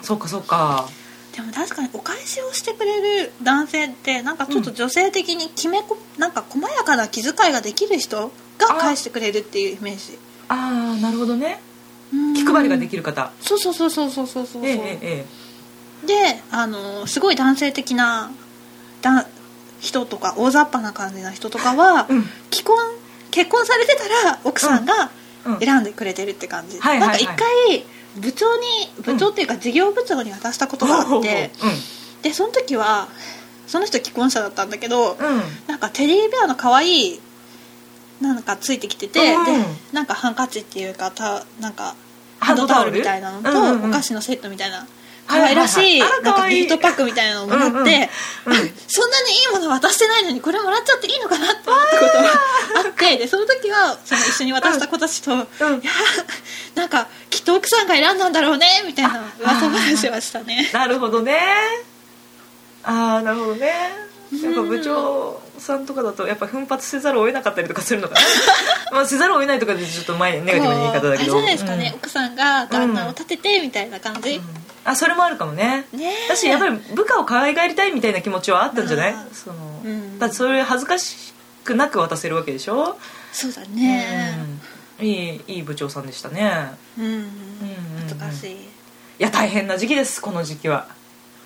Speaker 1: そっかそっか
Speaker 2: でも確かにお返しをしてくれる男性ってなんかちょっと女性的にきめこ、なんか細やかな気遣いができる人が返してくれるっていうイメージ
Speaker 1: ああなるほどね
Speaker 2: うん
Speaker 1: 気配りができる方
Speaker 2: そうそうそうそうそうそうそう、
Speaker 1: えええええ
Speaker 2: であのすごい男性的なだ人とか大雑把な感じな人とかは、
Speaker 1: うん
Speaker 2: 既婚結婚されてたら奥さんが
Speaker 1: うんうん
Speaker 2: 選んでくれてるって感じ、
Speaker 1: はいはいはい
Speaker 2: なんか一回部長に部長っていうか事業部長に渡したこと
Speaker 1: え
Speaker 2: があって、
Speaker 1: う
Speaker 2: でその時はその人既婚者だったんだけど、
Speaker 1: んうん
Speaker 2: なんかテディベアの可愛いなんかついてきてて、
Speaker 1: うん
Speaker 2: でなんかハンカチっていうかたなんか
Speaker 1: ハ
Speaker 2: ハ
Speaker 1: ン
Speaker 2: ン
Speaker 1: ドタ
Speaker 2: ドタ
Speaker 1: オ
Speaker 2: オ
Speaker 1: ル
Speaker 2: ルみたいなのと、
Speaker 1: うんうんうん
Speaker 2: お菓子のセットみたいな
Speaker 1: はいは
Speaker 2: 可
Speaker 1: いはい
Speaker 2: 愛らしい,、
Speaker 1: あら
Speaker 2: なん
Speaker 1: 可
Speaker 2: か
Speaker 1: 愛い
Speaker 2: ギフトパックみたいなのをもらって、
Speaker 1: うんうんうん
Speaker 2: そんなにいいもの渡してないのにこれもらっちゃっていいのかなって思ったことがあってでその時はその一緒に渡した子たちと、い
Speaker 1: うん
Speaker 2: やなんかきっと奥さんが選んだんだろうねみたいな噂話はしたね。
Speaker 1: なるほどねああなるほどねやっぱ部長さんとかだとやっぱ奮発せざるを得なかったりとかするのか なまあせざるを得ないとかでちょっと前ネガティブな言い方だけど
Speaker 2: こうあれじゃないですかね、
Speaker 1: うん
Speaker 2: 奥さんが旦那を立ててみたいな感じ、
Speaker 1: あそれもあるかもね
Speaker 2: ねえ
Speaker 1: 私やっぱり部下を可愛がりたいみたいな気持ちはあったんじゃない
Speaker 2: あー
Speaker 1: その、
Speaker 2: うん
Speaker 1: だってそれ恥ずかしくなく渡せるわけでしょ、
Speaker 2: そうだね
Speaker 1: うん、いいいい部長さんでしたね
Speaker 2: うん、うん
Speaker 1: うんうん
Speaker 2: 難しい
Speaker 1: いや大変な時期ですこの時期は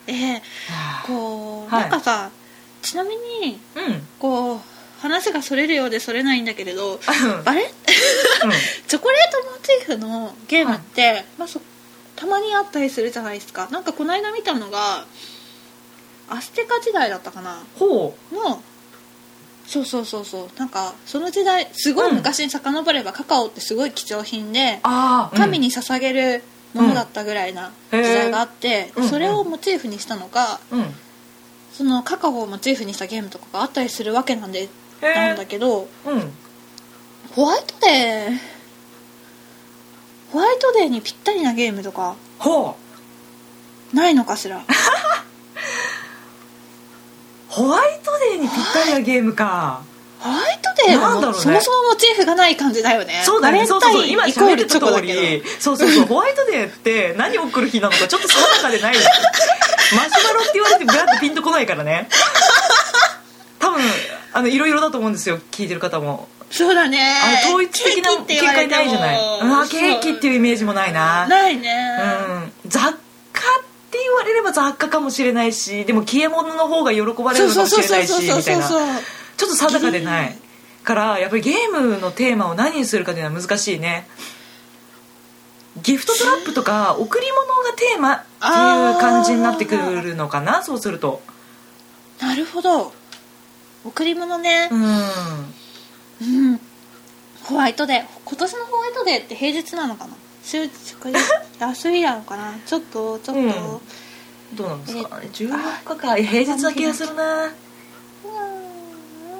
Speaker 2: ええ
Speaker 1: は
Speaker 2: こう、
Speaker 1: はい
Speaker 2: なんかさちなみに
Speaker 1: あ うん、うん、
Speaker 2: こう話がそれるようでそれないんだけれどあれチョコレートモチーフのゲームって、まあ、そたまにあったりするじゃないですかなんかこの間見たのがアステカ時代だったかな
Speaker 1: ほ
Speaker 2: のそうそうそうそうなんかその時代すごい昔に遡れば、カカオってすごい貴重品で
Speaker 1: うああ
Speaker 2: 神に捧げるものだったぐらいな時代があって、
Speaker 1: うんへー
Speaker 2: それをモチーフにしたのか、
Speaker 1: うん、うん
Speaker 2: そのカカオをモチーフにしたゲームとかがあったりするわけなんで
Speaker 1: へー
Speaker 2: なんだけど
Speaker 1: うん
Speaker 2: ホワイトデーホワイトデーにぴったりなゲームとか
Speaker 1: ほう
Speaker 2: ないのか しら
Speaker 1: ホワイトデーにぴったりなゲームか
Speaker 2: ホワイトデー
Speaker 1: なんだろう
Speaker 2: は
Speaker 1: ね
Speaker 2: そもそもモチーフがない感じだよね
Speaker 1: そうだね、そ
Speaker 2: バ
Speaker 1: うそう
Speaker 2: レ
Speaker 1: そう、
Speaker 2: ンタイン
Speaker 1: 今
Speaker 2: イコ
Speaker 1: 喋
Speaker 2: ー
Speaker 1: っ
Speaker 2: ル
Speaker 1: た
Speaker 2: チョコだ
Speaker 1: 通
Speaker 2: けど
Speaker 1: り、そうそうそう、ホワイトデーって何を送る日なのかちょっと定かでないです。マシュマロって言われてブラックピンとこないからね。多分あのいろいろだと思うんですよ、聞いてる方も。
Speaker 2: そうだね
Speaker 1: あの統一的な
Speaker 2: ケーキって言
Speaker 1: 見
Speaker 2: わ
Speaker 1: 解
Speaker 2: れて
Speaker 1: な
Speaker 2: も
Speaker 1: いじゃない。あーケーキっていうイメージもないな。
Speaker 2: ないね、
Speaker 1: うん、雑貨って言われれば雑貨かもしれないしでも消え物の方が喜ばれるのかもしれないしみたいなちょっと定かでないからやっぱりゲームのテーマを何にするかっていうのは難しいねギフトトラップとか贈り物がテーマっていう感じになってくるのかなそうすると
Speaker 2: なるほど贈り物ね
Speaker 1: うん
Speaker 2: うんホワイトデー今年のホワイトデーって平日なのかな週 祝日休みなのかなちょっとちょっと、
Speaker 1: う
Speaker 2: うんん、
Speaker 1: どうなんですか14日か平日な気がするな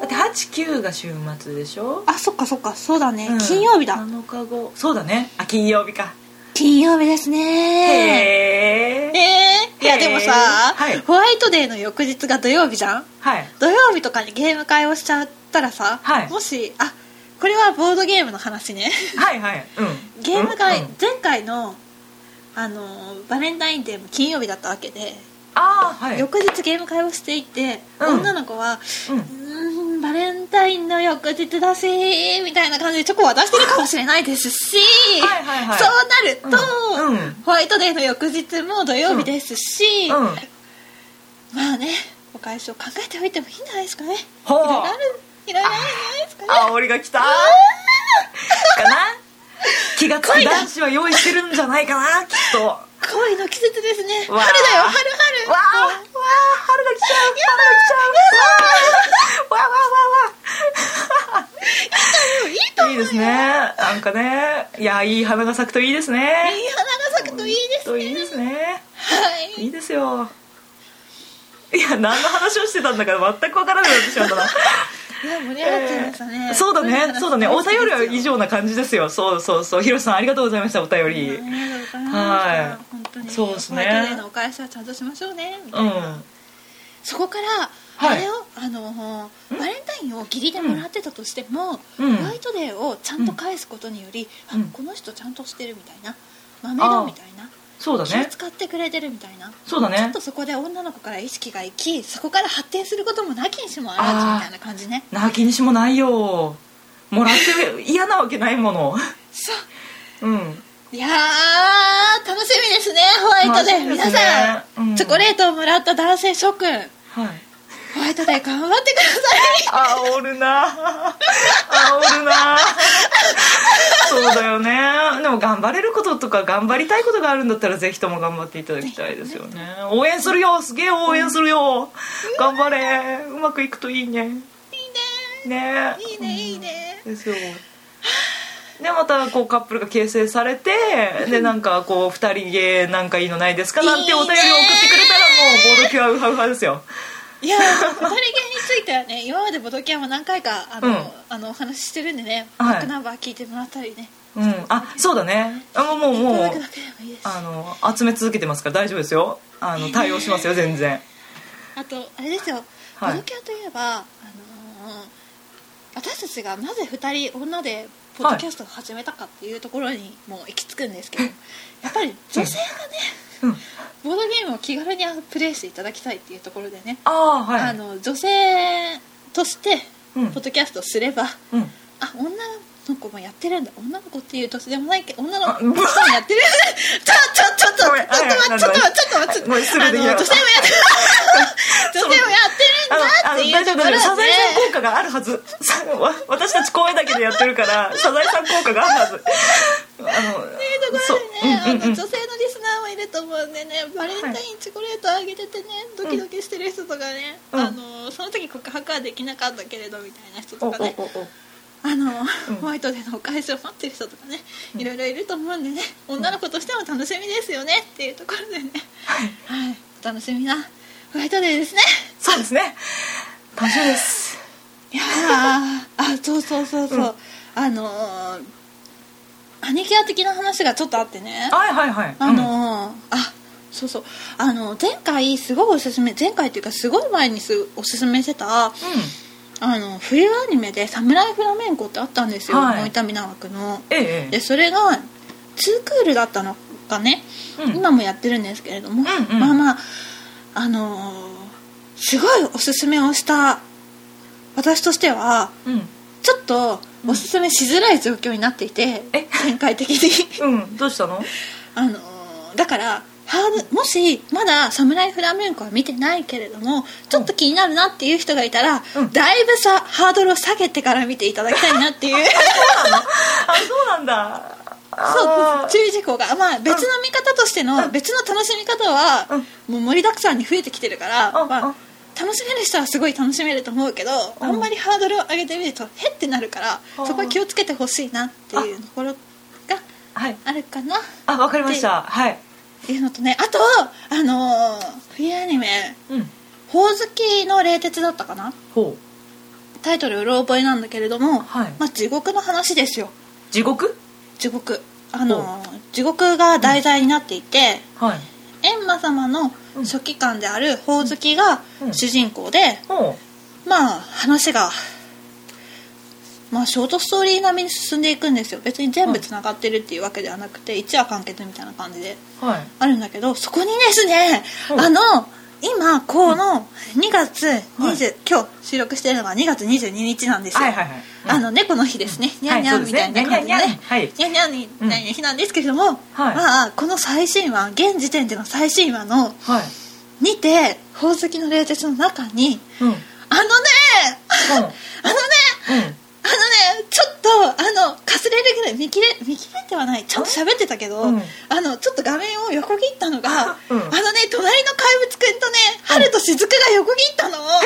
Speaker 1: だって89が週末でしょ
Speaker 2: あそっかそっかそうだね、
Speaker 1: うん
Speaker 2: 金曜日だ
Speaker 1: 7日後そうだねあ金曜日か
Speaker 2: 金曜日ですね
Speaker 1: へ
Speaker 2: え
Speaker 1: え
Speaker 2: ーいやでもさ、
Speaker 1: はい
Speaker 2: ホワイトデーの翌日が土曜日じゃん
Speaker 1: はい
Speaker 2: 土曜日とかにゲーム会をしちゃったらさ、
Speaker 1: はい
Speaker 2: もしあこれはボードゲームの話ね
Speaker 1: はいはいうん
Speaker 2: ゲーム会、
Speaker 1: うんうん
Speaker 2: 前回のあのーバレンタインデーも金曜日だったわけで、
Speaker 1: ああはい
Speaker 2: 翌日ゲーム会をしていて、
Speaker 1: うん
Speaker 2: 女の子は
Speaker 1: うん
Speaker 2: 「うーんバレンタインの翌日だし」みたいな感じでチョコを渡してるかもしれないですし、
Speaker 1: はいはいはい
Speaker 2: そうなると、
Speaker 1: うんうん
Speaker 2: ホワイトデーの翌日も土曜日ですし、
Speaker 1: うん
Speaker 2: まあねお返しを考えておいてもいいんじゃないですかねい
Speaker 1: ほう
Speaker 2: ろいろあるいろいろあるんじゃないですかね
Speaker 1: あおりが来たかな気がつく男子は用意してるんじゃないかなきっとわ
Speaker 2: 恋の季節ですね春
Speaker 1: わあ
Speaker 2: だよ
Speaker 1: あ
Speaker 2: 春春
Speaker 1: わあ
Speaker 2: もう
Speaker 1: 春が来ちゃう春が来ちゃうわあわあわあわあ
Speaker 2: いいと思
Speaker 1: いうい
Speaker 2: よ
Speaker 1: ですねなんかねいやいい花が咲くといいです
Speaker 2: い
Speaker 1: ね
Speaker 2: い花が咲くといいです
Speaker 1: といいですね
Speaker 2: はい
Speaker 1: いいですよいや何の話をしてたんだか全くわからなくなってしまったな
Speaker 2: いや盛り上がっちゃいましたね、
Speaker 1: そうだねそうだねお便りは以
Speaker 2: 上
Speaker 1: 上な感じですよそうそうそうひろしさんありがとうございましたお便
Speaker 2: あり
Speaker 1: り
Speaker 2: がとうございます、
Speaker 1: は
Speaker 2: はいい、本当に
Speaker 1: そうですね
Speaker 2: ホワイトデーのお返しはちゃんとしましょうねみた
Speaker 1: う
Speaker 2: い
Speaker 1: ん
Speaker 2: な、そこから、
Speaker 1: はい
Speaker 2: あれをあのバレンタインを義理でもらってたとしても、
Speaker 1: うん
Speaker 2: ホワイトデーをちゃんと返すことにより、
Speaker 1: うん
Speaker 2: あこの人ちゃんとしてるみたいな豆だみたいな
Speaker 1: そうだ
Speaker 2: 気を
Speaker 1: ね
Speaker 2: 使ってくれてるみたいな
Speaker 1: そうだ
Speaker 2: ちょっ
Speaker 1: ね
Speaker 2: とそこで女の子から意識がいきそこから発展することもなきにしもあ
Speaker 1: あー
Speaker 2: らずみたいな感じね
Speaker 1: な気にしもないよもらって嫌なわけないもの
Speaker 2: そ
Speaker 1: うん
Speaker 2: ういやー楽しみですねホワイトデー、
Speaker 1: 楽しみですね
Speaker 2: 皆さん、
Speaker 1: うん
Speaker 2: チョコレートをもらった男性諸君
Speaker 1: はい
Speaker 2: ホワイトデー頑張ってください
Speaker 1: あおる なあおるなそうだよねでも頑張れることとか頑張りたいことがあるんだったらぜひとも頑張っていただきたいですよね応援するよすげえ応援するよ頑張れうまくいくといいねいいねね
Speaker 2: いいねいいね
Speaker 1: ですよでまたこうカップルが形成されて でなんかこう二人芸なんかいいのないですかなんてお便りを送ってくれたらもうボードキュアウハウハですよ
Speaker 2: いやーボドゲについては ね今までボドキャンは何回かあの、
Speaker 1: うん
Speaker 2: あのお話ししてるんでね、
Speaker 1: はい
Speaker 2: バックナンバー聞いてもらったりね
Speaker 1: うんあそうだねあもうもう
Speaker 2: いた
Speaker 1: もう
Speaker 2: だくだけでもいいです
Speaker 1: あ
Speaker 2: あ
Speaker 1: の集め続けてますから大丈夫ですよあの対応しますよ全然
Speaker 2: とあれですよ、
Speaker 1: はい
Speaker 2: ボドキャンといえば、あのー私たちがなぜ2人女でポッドキャストを始めたかっていうところにもう行き着くんですけど、やっぱり女性がね、
Speaker 1: うん
Speaker 2: ボードゲームを気軽にプレイしていただきたいっていうところでね、
Speaker 1: ああはい
Speaker 2: あの女性として
Speaker 1: うん
Speaker 2: ポッドキャストをすれば、
Speaker 1: うん
Speaker 2: あ女の子もやってるんだ女の子っていう年でもないけど女の
Speaker 1: あ
Speaker 2: 子もやってるちょちょちょちょちょ
Speaker 1: ごめん
Speaker 2: っと待ってちょっと待ってちょっと
Speaker 1: ごめん
Speaker 2: 待
Speaker 1: す
Speaker 2: って
Speaker 1: ぐ
Speaker 2: あ
Speaker 1: でき
Speaker 2: の
Speaker 1: な
Speaker 2: 女
Speaker 1: かった
Speaker 2: 性もやってる女性もや
Speaker 1: あのあの
Speaker 2: ってるんだ
Speaker 1: 大丈夫大丈夫
Speaker 2: っていうところ
Speaker 1: サザエさん
Speaker 2: で
Speaker 1: 効果があるはず さわ私たち声だけでやってるからサザエさん効果があるはずあのそう
Speaker 2: ねあの
Speaker 1: うんうんうん
Speaker 2: 女性のリスナーもいると思うんでねバレンタインチョコレートあげててねドキドキしてる人とかね、
Speaker 1: うん
Speaker 2: あのその時告白はできなかったけれどみたいな人
Speaker 1: お
Speaker 2: と
Speaker 1: お
Speaker 2: かね
Speaker 1: おお
Speaker 2: あの、
Speaker 1: うん
Speaker 2: ホワイトデーのお返しを待ってる人とかねいろいろいると思うんでね女の子としても楽しみですよねっていうところでねはい、お楽しみなホワイトデーですね
Speaker 1: そうですね楽しみです
Speaker 2: いやーあそうそうそうそう、
Speaker 1: うん
Speaker 2: あのーアニキア的な話がちょっとあってね
Speaker 1: はいはいはい
Speaker 2: あのーあそうそうあの前回すごいおすすめ前回っていうかすごい前にすおすすめしてた
Speaker 1: うんうん
Speaker 2: あの冬アニメで「サムライフラメンコ」ってあったんですよ
Speaker 1: はい
Speaker 2: 森田美奈和君の。
Speaker 1: えええ
Speaker 2: でそれがツークールだったのがね、
Speaker 1: えうん
Speaker 2: 今もやってるんですけれども、
Speaker 1: うんうん
Speaker 2: まあまああのーすごいおすすめをした私としては
Speaker 1: うん
Speaker 2: ちょっとおすすめしづらい状況になっていて、
Speaker 1: え
Speaker 2: 展開的に
Speaker 1: うんどうしたの
Speaker 2: あのーだからハーブもしまだ「サムライフラメンコ」は見てないけれどもちょっと気になるなっていう人がいたら、
Speaker 1: うん
Speaker 2: だいぶさハードルを下げてから見ていただきたいなってい
Speaker 1: あ
Speaker 2: う
Speaker 1: そうなんだ
Speaker 2: そ
Speaker 1: あ
Speaker 2: う
Speaker 1: ー
Speaker 2: 注意事項がまあ別の見方としての、別の楽しみ方は、もう盛りだくさんに増えてきてるから、
Speaker 1: うん
Speaker 2: まあ
Speaker 1: うん
Speaker 2: 楽しめる人はすごい楽しめると思うけど、
Speaker 1: うん
Speaker 2: あんまりハードルを上げてみるとへってなるから、
Speaker 1: うん
Speaker 2: そこは気をつけてほしいなっていうところが
Speaker 1: はい
Speaker 2: あるかなっ
Speaker 1: あわかりましたはい
Speaker 2: ていうのとねあとあのー冬アニメ
Speaker 1: うん
Speaker 2: 「ほおずきの冷徹」だったかな
Speaker 1: ほう
Speaker 2: タイトルうろ覚えなんだけれども、
Speaker 1: はい
Speaker 2: まあ、地獄の話ですよ
Speaker 1: 地獄
Speaker 2: 地獄あのー地獄が題材になっていて、
Speaker 1: はい
Speaker 2: 閻魔様の書記官であるほおずきが
Speaker 1: うん
Speaker 2: 主人公で、
Speaker 1: ほ
Speaker 2: まあ話が、まあ、ショートストーリー並みに進んでいくんですよ別に全部つながってるっていうわけではなくて一話完結みたいな感じで
Speaker 1: うはい
Speaker 2: あるんだけどそこにですね
Speaker 1: うん
Speaker 2: あの今この2月20、
Speaker 1: はい
Speaker 2: 今日収録してるのが2月22日なんですよ、
Speaker 1: はいはいはいうん
Speaker 2: あの猫の日ですね、
Speaker 1: うん
Speaker 2: にゃんにゃん
Speaker 1: はいそうで
Speaker 2: みた
Speaker 1: す
Speaker 2: い
Speaker 1: ね
Speaker 2: な感じでね、
Speaker 1: はい
Speaker 2: にゃんにゃんになる日なんですけれども、まあこの最新話現時点での最新話の
Speaker 1: はい
Speaker 2: にて宝石の冷徹の中に
Speaker 1: うんうん
Speaker 2: あのね あのねあのねちょっとあのかすれるぐらい見切れ見切れてはないちゃんと喋ってたけど、
Speaker 1: うん
Speaker 2: あのちょっと画面を横切ったのが、
Speaker 1: うん
Speaker 2: あのね隣の怪物くんとね春と雫が横切ったの、もうねあ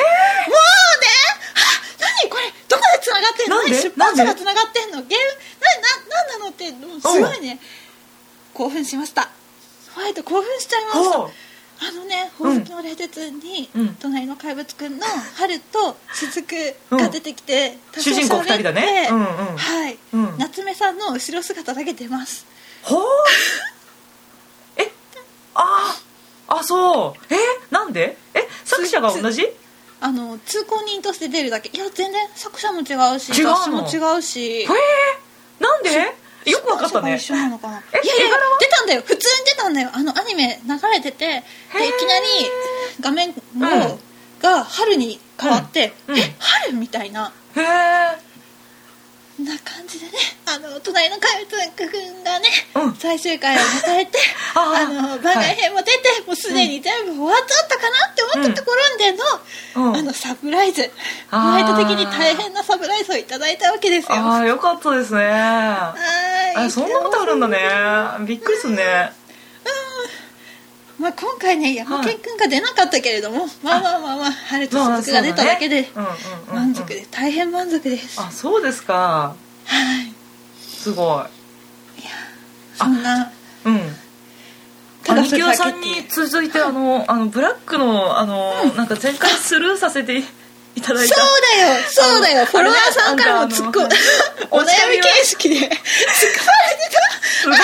Speaker 2: 何これどこでつながってんの
Speaker 1: なんで
Speaker 2: 何出版社
Speaker 1: なん
Speaker 2: が
Speaker 1: で
Speaker 2: つながってんのゲームなななんなのってもうすごいね興奮しましたホワイト興奮しちゃいました
Speaker 1: ほう
Speaker 2: あのね宝石の冷徹に、
Speaker 1: うん
Speaker 2: 隣の怪物くんの春と雫が出てきて、多少
Speaker 1: 主人公二人だね
Speaker 2: 喋って
Speaker 1: うんうん
Speaker 2: はい、
Speaker 1: うん
Speaker 2: 夏目さんの後ろ姿だけ出ます
Speaker 1: ほうえあーあそうえなんでえ作者が同じ
Speaker 2: あの通行人として出るだけいや全然作者も違うし
Speaker 1: 違うの
Speaker 2: 雑誌も違うし
Speaker 1: へえなんでよくわかったね
Speaker 2: 出版社が一緒なのかな
Speaker 1: え
Speaker 2: いやいや
Speaker 1: 絵柄は
Speaker 2: 出たんだよ普通に出たんだよあのアニメ流れててでいきなり画面の、
Speaker 1: うん
Speaker 2: が春に変わって、
Speaker 1: うんうん
Speaker 2: え春みたいな
Speaker 1: へえ
Speaker 2: な感じでねあの隣の怪物くんがね、
Speaker 1: うん
Speaker 2: 最終回を迎えて
Speaker 1: あ
Speaker 2: あ
Speaker 1: ー
Speaker 2: の番外編も出て、もうすでに全部終わっちゃったかなって思ったところでの、
Speaker 1: うん
Speaker 2: あのサプライズホ
Speaker 1: あ
Speaker 2: ワイ
Speaker 1: ー
Speaker 2: ト的に大変なサプライズをいただいたわけですよ
Speaker 1: あ
Speaker 2: は
Speaker 1: あよかったですねあ
Speaker 2: ーい
Speaker 1: そんなことあるんだねびっくりするね
Speaker 2: まあ、今回ね山健くんが出なかったけれども、まあまあまあまあ春と
Speaker 1: まあ
Speaker 2: 雫が出ただけで
Speaker 1: そうだねうんうんうんうん
Speaker 2: 満足で大変満足ですは
Speaker 1: あそうですか
Speaker 2: い
Speaker 1: すごい
Speaker 2: そんな
Speaker 1: うん
Speaker 2: ただ
Speaker 1: 兄
Speaker 2: それ
Speaker 1: 貴
Speaker 2: だけ
Speaker 1: さ
Speaker 2: っ
Speaker 1: ん
Speaker 2: ていう
Speaker 1: に続いてあのあのブラックのあの、なんか前回スルーさせていいただい
Speaker 2: そ
Speaker 1: た
Speaker 2: うだよそうだよフォロワーさんからも突っ込
Speaker 1: あ
Speaker 2: む
Speaker 1: の
Speaker 2: お
Speaker 1: お
Speaker 2: 悩
Speaker 1: 悩
Speaker 2: み
Speaker 1: み
Speaker 2: 形式で突っ込まれて
Speaker 1: すごい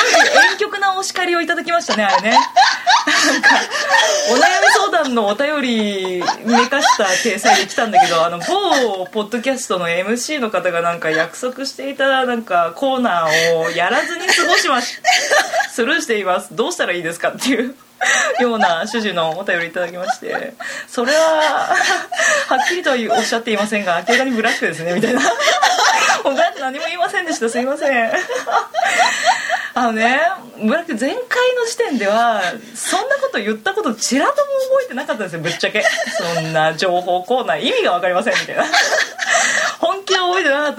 Speaker 1: 遠曲なお叱りをいただきましたねあれねなんかお悩み相談のお便りめかした掲載で来たんだけどあの某ポッドキャストの MC の方がなんか約束していたなんかコーナーをやらずに過ごしましスルーしていますどうしたらいいですかっていうような趣旨のお便りいただきましてそれははっきりとはおっしゃっていませんが明らかにブラックですねみたいな おばあちゃん何も言いませんでしたすいませんあのねブラック前回の時点ではそんなこと言ったことちらとも覚えてなかったんですよぶっちゃけそんな情報コーナー意味が分かりませんみたいな本気は覚えてなかっ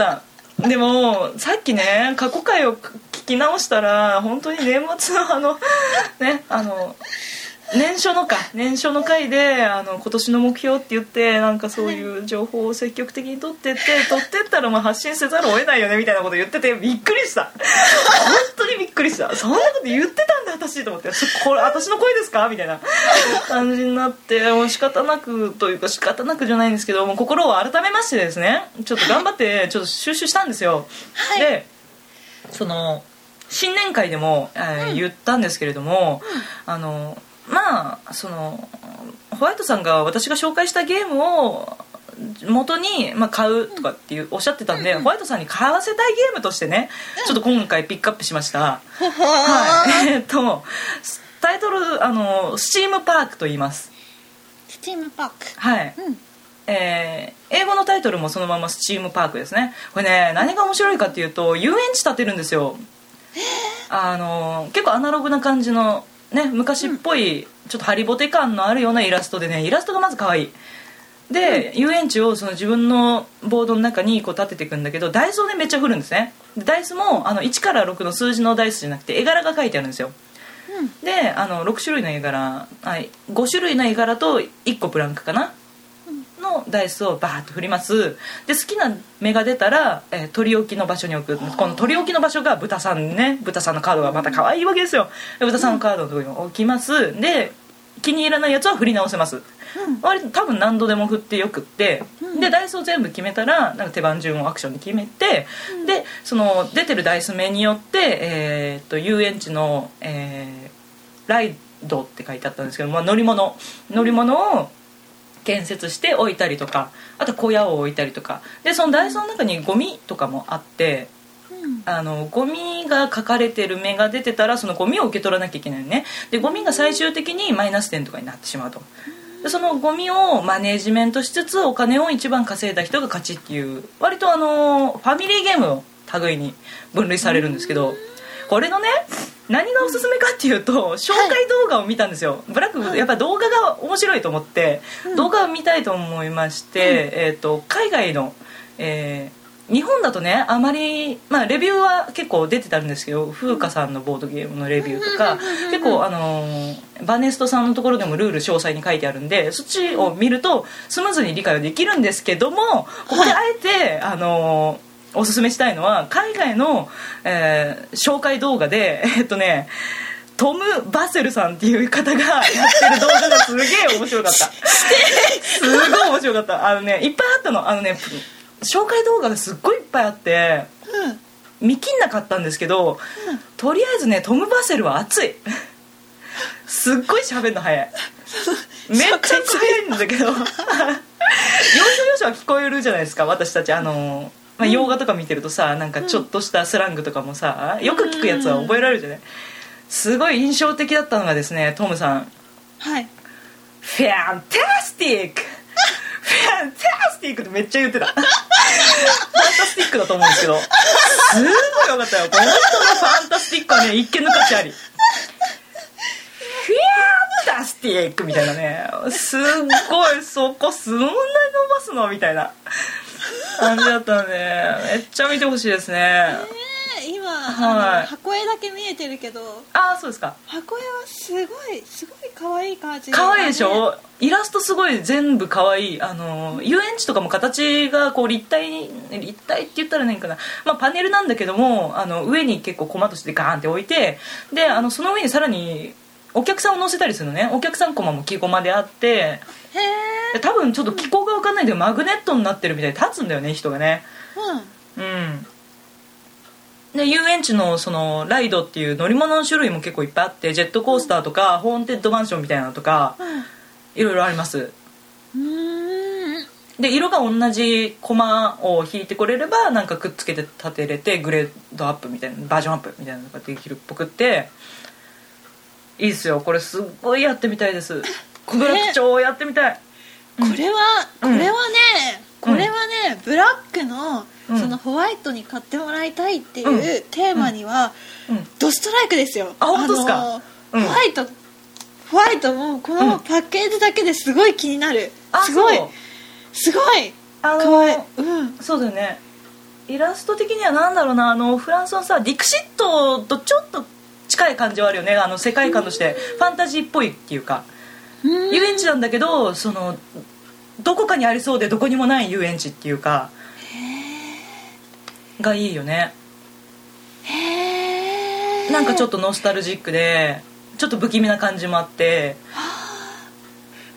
Speaker 1: たでもさっきね過去回を聞き直したら本当に年末のあのねあの年初のか年初の回であの今年の目標って言ってなんかそういう情報を積極的に取ってって取ってったらまあ発信せざるを得ないよねみたいなこと言っててびっくりした本当にびっくりしたそんなこと言ってたんだ私と思ってそこれ私の声ですかみたいな感じになってもう仕方なくというか仕方なくじゃないんですけどもう心を改めましてですねちょっと頑張ってちょっと収集したんですよ、
Speaker 2: はい
Speaker 1: でその新年会でも、えー言ったんですけれども、あのまあそのホワイトさんが私が紹介したゲームを元に、まあ、買うとかっていうおっしゃってたんで、ホワイトさんに買わせたいゲームとしてね、ちょっと今回ピックアップしました、
Speaker 2: は
Speaker 1: はいえっ とタイトルあのスチームパークと言います
Speaker 2: スチームパーク
Speaker 1: はい、
Speaker 2: うん
Speaker 1: えー英語のタイトルもそのままスチームパークですねこれね何が面白いかっていうと遊園地建てるんですよあの結構アナログな感じのね昔っぽいちょっとハリボテ感のあるようなイラストでねイラストがまず可愛いで、遊園地をその自分のボードの中にこう立てていくんだけどダイスをねめっちゃ振るんですねでダイスもあの1から6の数字のダイスじゃなくて絵柄が書いてあるんですよであの6種類の絵柄あ5種類の絵柄と1個ブランクかなのダイスをバーッと振りますで好きな目が出たら、えー取り置きの場所に置くこの取り置きの場所が豚さんね豚さんのカードがまた可愛いわけですよで豚さんのカードのところに置きますで気に入らないやつは振り直せます割と多分何度でも振ってよくって、
Speaker 2: うん
Speaker 1: でダイスを全部決めたらなんか手番順をアクションに決めて、でその出てるダイス目によって、えーっと遊園地の、えーライドって書いてあったんですけど、まあ、乗り物乗り物を建設して置いたりとかあと小屋を置いたりとかでそのダイスの中にゴミとかもあってあのゴミが書かれてる目が出てたらそのゴミを受け取らなきゃいけないのねでゴミが最終的にマイナス点とかになってしまうとでそのゴミをマネージメントしつつお金を一番稼いだ人が勝ちっていう割とあのファミリーゲームを類に分類されるんですけどこれのね何がおすすめかっていうと紹介動画を見たんですよ、ブラックやっぱ動画が面白いと思って、
Speaker 2: うん
Speaker 1: 動画を見たいと思いまして、えー、と海外の、えー日本だとねあまり、まあ、レビューは結構出てたんですけど風花さんのボードゲームのレビューとか結構、あのーバネストさんのところでもルール詳細に書いてあるんでそっちを見るとスムーズに理解はできるんですけどもここであえて、あのーおすすめしたいのは海外の、えー紹介動画でえっとねトム・バセルさんっていう方がやってる動画がすげえ面白かったすごい面白かったあのねいっぱいあったのあのね紹介動画がすっごいいっぱいあって見切んなかったんですけど、とりあえずねトム・バセルは熱いすっごい喋るの早いめっちゃ強いんだけど要所要所は聞こえるじゃないですか私たちあの、まあ、洋画とか見てるとさなんかちょっとしたスラングとかもさよく聞くやつは覚えられるじゃないすごい印象的だったのがですねトムさん
Speaker 2: はい
Speaker 1: ファンタスティックファンタスティックってめっちゃ言ってたファンタスティックだと思うんですけどすごいよかったよこの人のファンタスティックはね一見の価値ありファンタスティックみたいなねすっごいそこそんなに伸ばすのみたいな感じだったのでめっちゃ見てほしいですね
Speaker 2: えー今、
Speaker 1: はい
Speaker 2: あの箱絵だけ見えてるけど
Speaker 1: ああそうですか
Speaker 2: 箱絵はすごいすごい可愛い感じ
Speaker 1: 可愛いでし
Speaker 2: ね
Speaker 1: ょイラストすごい全部可愛いあの遊園地とかも形がこう立体立体って言ったら何かな、まあ、パネルなんだけどもあの上に結構コマとしてガーンって置いてであのその上にさらにお客さんを乗せたりするのねお客さんコマも木コマであって
Speaker 2: へえ
Speaker 1: で多分ちょっと気候が分かんないけどマグネットになってるみたいで立つんだよね人がね
Speaker 2: う
Speaker 1: うんで遊園地のそのライドっていう乗り物の種類も結構いっぱいあってジェットコースターとかホーンテッドマンションみたいなのとか
Speaker 2: ん
Speaker 1: いろいろあります
Speaker 2: うんうーん
Speaker 1: で色が同じコマを引いてこれればなんかくっつけて立てれてグレードアップみたいなバージョンアップみたいなのができるっぽくっていいっすよこれすっごいやってみたいですこれ超やってみたい
Speaker 2: これは、
Speaker 1: うん
Speaker 2: これはね
Speaker 1: う
Speaker 2: こ
Speaker 1: ん
Speaker 2: れはね、ブラックの
Speaker 1: うん
Speaker 2: そのホワイトに買ってもらいたいっていう、
Speaker 1: うん
Speaker 2: テーマには、
Speaker 1: うん
Speaker 2: ドストライクですよ
Speaker 1: あ本当ですか
Speaker 2: のー
Speaker 1: うん
Speaker 2: ホワイトホワイトもこ
Speaker 1: う
Speaker 2: の
Speaker 1: ん
Speaker 2: パッケージだけですごい気になる、
Speaker 1: あ
Speaker 2: すごい
Speaker 1: そう
Speaker 2: すごい
Speaker 1: あの
Speaker 2: かわいいうん
Speaker 1: そうだよねイラスト的には何だろうなあのフランスのさディクシットとちょっと近い感じはあるよねあの世界観としてファンタジーっぽいっていうか
Speaker 2: うん
Speaker 1: 遊園地なんだけどそのどこかにありそうでどこにもない遊園地っていうかがいいよね
Speaker 2: へー
Speaker 1: なんかちょっとノスタルジックでちょっと不気味な感じもあって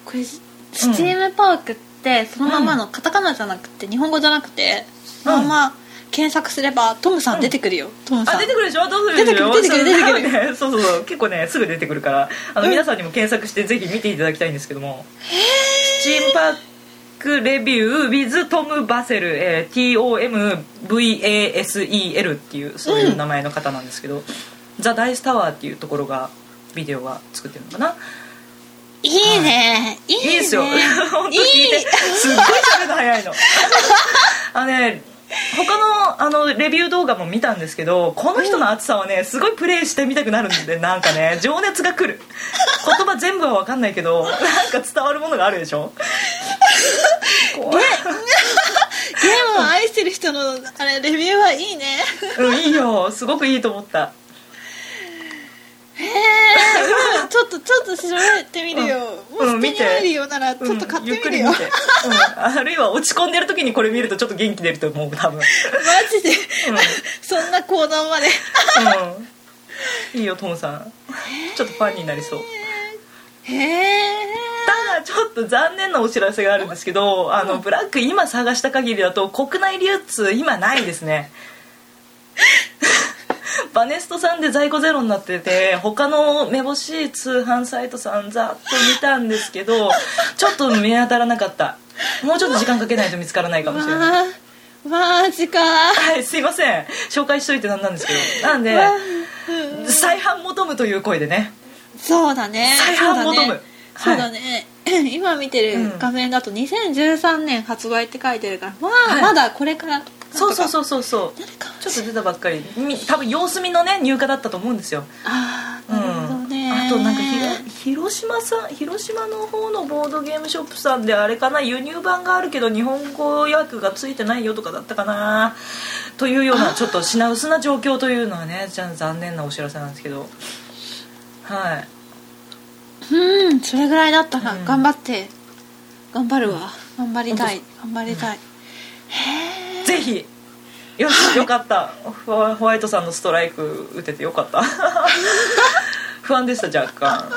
Speaker 2: これススチームパークってそのままのカタカナじゃなくて日本語じゃなくてそのまま検索すればトムさん出てくるよ、トムさ
Speaker 1: あ
Speaker 2: ん
Speaker 1: 出てくるでしょどうするでしょ
Speaker 2: 出てくる出てくる出て
Speaker 1: くるそうそうそう結構 ねすぐ出てくるからあの、
Speaker 2: うん
Speaker 1: 皆さんにも検索してぜひ見ていただきたいんですけどもスチームパークレビュー with トム・バセル、えー TOMVASEL っていうそういう名前の方なんですけど、ザ・ダイスタワーっていうところがビデオが作ってるのかない
Speaker 2: いね、いい
Speaker 1: い
Speaker 2: ね
Speaker 1: いですよ本当聞いてすっごい喋るの早いのあのね他のあのレビュー動画も見たんですけどこの人の熱さはねすごいプレイしてみたくなるんでなんかね情熱が来る言葉全部は分かんないけどなんか伝わるものがあるでしょ怖い
Speaker 2: ゲームを愛してる人のあれレビューはいいね
Speaker 1: うんいいよすごくいいと思った
Speaker 2: へえうんちょっとちょっと調べてみるよ、
Speaker 1: うん
Speaker 2: も
Speaker 1: うん
Speaker 2: し
Speaker 1: 見
Speaker 2: 手に
Speaker 1: て
Speaker 2: 入るようならちょっと買ってみるよ、
Speaker 1: うん、ゆっくり見て、うん、あるいは落ち込んでる時にこれ見るとちょっと元気出ると思う多分、
Speaker 2: マジで、そんな行動まで
Speaker 1: うん、いいよトムさんちょっとファンになりそう
Speaker 2: へえ
Speaker 1: ただちょっと残念なお知らせがあるんですけどあのブラック今探した限りだと国内流通今ないです ねバネストさんで在庫ゼロになってて他のめぼしい通販サイトさんざっと見たんですけ どちょっと見当たらなかったもうちょっと時間かけないと見つからないかもし れない
Speaker 2: わあマジか
Speaker 1: はいすいません紹介しといてなんなんですけどなんで再販求むという声でね
Speaker 2: そうだね
Speaker 1: 再販求む
Speaker 2: そうだね、 そうだね今見てる画面だと2013年発売って書いてるからまあ、
Speaker 1: はい
Speaker 2: まだこれから
Speaker 1: そうそう
Speaker 2: う
Speaker 1: そうそうそう
Speaker 2: なるかも
Speaker 1: ちょっと出たばっかりみ多分様子見のね入荷だったと思うんですよ、
Speaker 2: ああ
Speaker 1: うん、
Speaker 2: なるほどね、
Speaker 1: あとなんかひろ広島さん広島の方のボードゲームショップさんであれかな輸入版があるけど日本語訳がついてないよとかだったかなというようなちょっと品薄な状況というのはねじゃあ残念なお知らせなんですけどはい
Speaker 2: うんそれぐらいだったら
Speaker 1: うん
Speaker 2: 頑張って頑張るわ頑張りたい頑張りたい、へえ
Speaker 1: ぜひよしよかったホワホワイトさんのストライク打ててよかった 不安でした若干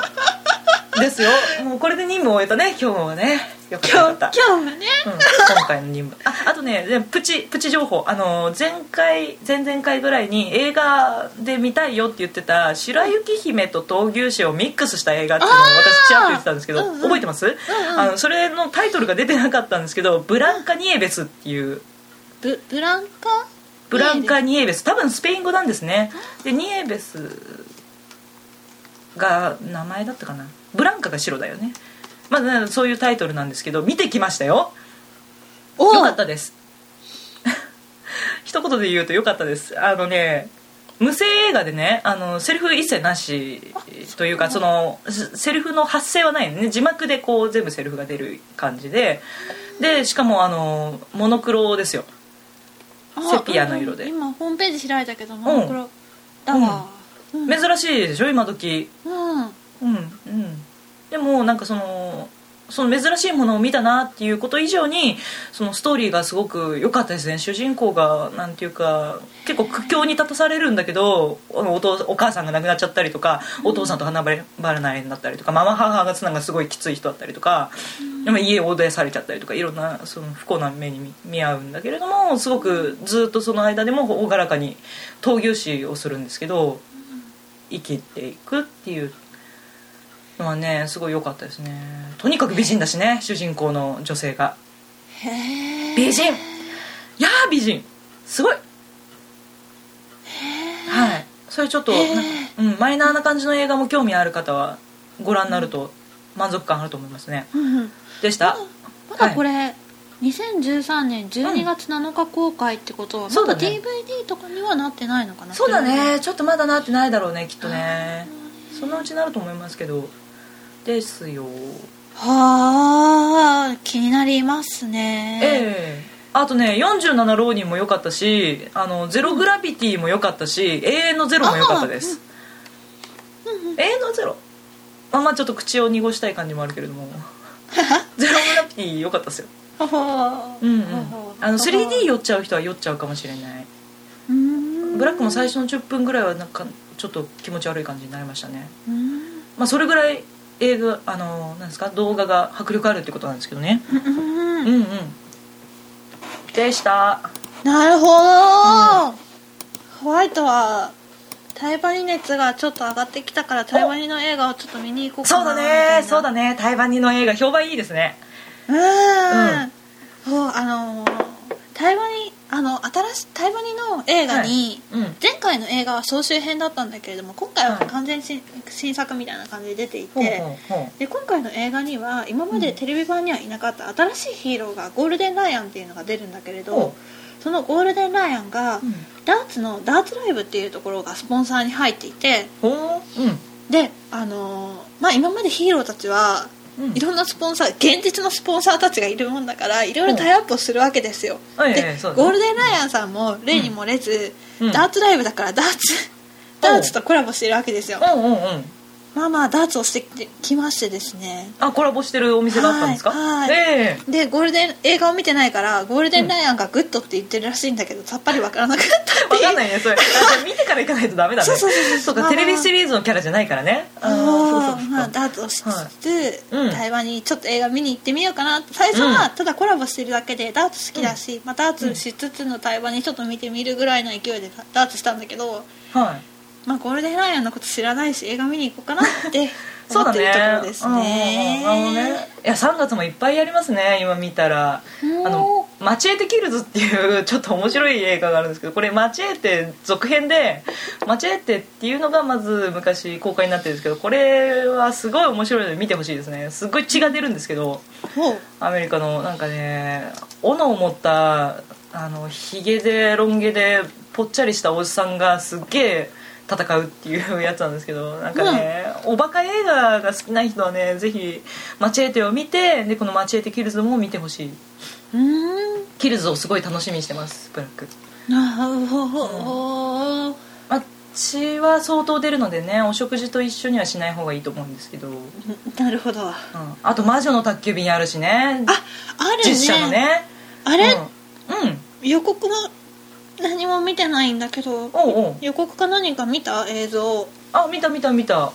Speaker 1: ですよもうこれで任務を終えたね今日はねよかったよか
Speaker 2: 今日
Speaker 1: った
Speaker 2: 今日はね
Speaker 1: うん、今回の任務ああとねでプチプチ情報あの前回前々回ぐらいに映画で見たいよって言ってた「白雪姫と闘牛士」をミックスした映画っていうのを私ちらっと言ってたんですけど、
Speaker 2: うんうん
Speaker 1: 覚えてます、
Speaker 2: うん
Speaker 1: あのそれのタイトルが出てなかったんですけど「ブランカ・ニエベス」っていう
Speaker 2: ブブランカ
Speaker 1: ブランカ・
Speaker 2: に
Speaker 1: ニエベス多分スペイン語なんですねでニエベスが名前だったかなブランカが白だよねまあねそういうタイトルなんですけど見てきましたよ
Speaker 2: お
Speaker 1: よかったです 一言で言うとよかったですあのね無声映画でねあのセリフ一切なしというかそのせセリフの発声はないのね字幕でこう全部セリフが出る感じででしかもあのモノクロですよ
Speaker 2: あ
Speaker 1: セピアの色で
Speaker 2: うん今ホームページ開いたけどモノクロだわうんうん
Speaker 1: 珍しいでしょ今時うんうんでもなんかそのその珍しいものを見たなっていうこと以上にそのストーリーがすごく良かったですね主人公がなんていうか結構苦境に立たされるんだけどあのお父お母さんが亡くなっちゃったりとかお父さんと離れ離れになったりとかママ母がつながすごいきつい人だったりとか、まあ、家を追い出されちゃったりとかいろんなその不幸な目に見見合うんだけれどもすごくずっとその間でも朗らかに闘牛士をするんですけど生きていくっていうのはねすごい良かったですねとにかく美人だしね主人公の女性が
Speaker 2: へえ
Speaker 1: 美人いやー美人すごいはいそれちょっと、
Speaker 2: へー
Speaker 1: なんかうん、マイナーな感じの映画も興味ある方はご覧になると満足感あると思いますね
Speaker 2: うんうん
Speaker 1: でした
Speaker 2: まだこれ、2013年12月7日公開ってことは、
Speaker 1: そう
Speaker 2: ま
Speaker 1: だ
Speaker 2: だ
Speaker 1: ね
Speaker 2: DVD とかにはなってないのかな
Speaker 1: そうだねちょっとまだなってないだろうねきっとねそのうちなると思いますけどですよ
Speaker 2: はあ気になりますね
Speaker 1: ええあとね「47浪人」も良かったし「あのゼログラビティ」も良かったし「永遠のゼロ」も良かったです「永遠のゼロ」まあまあちょっと口を濁したい感じもあるけれど も「ゼログラビティ」良かったですよ、
Speaker 2: ほほ
Speaker 1: うんうん、あの 3D 酔っちゃう人は酔っちゃうかもしれないブラックも最初の10分ぐらいはなんかちょっと気持ち悪い感じになりましたね、
Speaker 2: うん
Speaker 1: まあ、それぐらい映画あのなんですか動画が迫力あるってことなんですけどね
Speaker 2: うん
Speaker 1: うんうんでした
Speaker 2: なるほど、ホワイトはタイバニ熱がちょっと上がってきたからタイバニの映画をちょっと見に行こう
Speaker 1: そ
Speaker 2: か
Speaker 1: う
Speaker 2: な
Speaker 1: だ
Speaker 2: みたい
Speaker 1: ね
Speaker 2: な
Speaker 1: そうだね台湾人の映画評判いいですね
Speaker 2: うーん、そうあのー台湾にあの新しい台湾の映画に、
Speaker 1: はいうん
Speaker 2: 前回の映画は総集編だったんだけれども今回は
Speaker 1: はい
Speaker 2: 完全新,、新作みたいな感じで出ていて
Speaker 1: ほうほうほ
Speaker 2: で今回の映画には今までテレビ版にはいなかった新しいヒーローがゴールデン・ライアンっていうのが出るんだけれど、
Speaker 1: ほ
Speaker 2: そのゴールデンライアンが、
Speaker 1: うん
Speaker 2: ダーツのダーツライブっていうところがスポンサーに入っていて
Speaker 1: ほう
Speaker 2: であのーまあ今までヒーローたちは
Speaker 1: うんうん
Speaker 2: いろんなスポンサー現実のスポンサーたちがいるもんだからいろいろタイアップをするわけですよ、
Speaker 1: はいはい
Speaker 2: で
Speaker 1: はいそうだね
Speaker 2: ゴールデンライアンさんも例に漏れず、
Speaker 1: うん
Speaker 2: ダーツライブだからダーツダーツとコラボしてるわけですよ、
Speaker 1: うんうんうん
Speaker 2: まあまあダーツをしてきてきましてですね
Speaker 1: あコラボしてるお店があったんですか
Speaker 2: はいはい
Speaker 1: え
Speaker 2: でゴールデン映画を見てないからゴールデンライアンがグッドって言ってるらしいんだけど、さっぱりわからなかった
Speaker 1: えわかんないねそ れあじゃあ見てから行かないとダメだね
Speaker 2: そうそうそうそう
Speaker 1: かテレビシリーズのキャラじゃないからね あー
Speaker 2: あ
Speaker 1: そう
Speaker 2: ー
Speaker 1: そう
Speaker 2: まあ
Speaker 1: そう
Speaker 2: ダーツをしつつ、
Speaker 1: はいうん
Speaker 2: 台湾にちょっと映画見に行ってみようかな最初はただコラボしてるだけでダーツ好きだし、まあ、ダーツしつつの台湾にちょっと見てみるぐらいの勢いでダーツしたんだけど、
Speaker 1: はい
Speaker 2: まあ、ゴールデンライアンのこと知らないし映画見に行こうかなって
Speaker 1: そ
Speaker 2: 思
Speaker 1: うだ
Speaker 2: ってるところ
Speaker 1: ね
Speaker 2: ですね。
Speaker 1: うんうんうんなるほどねいや3月もいっぱいやりますね今見たら
Speaker 2: うん
Speaker 1: あの「マチエテ・キルズ」っていうちょっと面白い映画があるんですけどこれマチエテ続編でマチエテっていうのがまず昔公開になってるんですけどこれはすごい面白いので見てほしいですねすごい血が出るんですけど
Speaker 2: ほう
Speaker 1: アメリカのなんかね斧を持ったあのヒゲでロン毛でぽっちゃりしたおじさんがすっげえ戦うっていうやつなんですけどなんかね、おバカ映画が好きな人はねぜひ「マチエテ」を見てでこの「マチエテ・キルズ」も見てほしいう
Speaker 2: ーん
Speaker 1: キルズをすごい楽しみにしてますブラック
Speaker 2: なるほど、
Speaker 1: まあ血は相当出るのでねお食事と一緒にはしない方がいいと思うんですけど、うん、
Speaker 2: なるほどあ
Speaker 1: あと「魔女の宅急便」あるしね
Speaker 2: あるね
Speaker 1: 実写のね
Speaker 2: あれ、
Speaker 1: うん、うん、
Speaker 2: 予告も何も見てないんだけど
Speaker 1: おうおう
Speaker 2: 予告か何か見た映像
Speaker 1: あ見た見た見た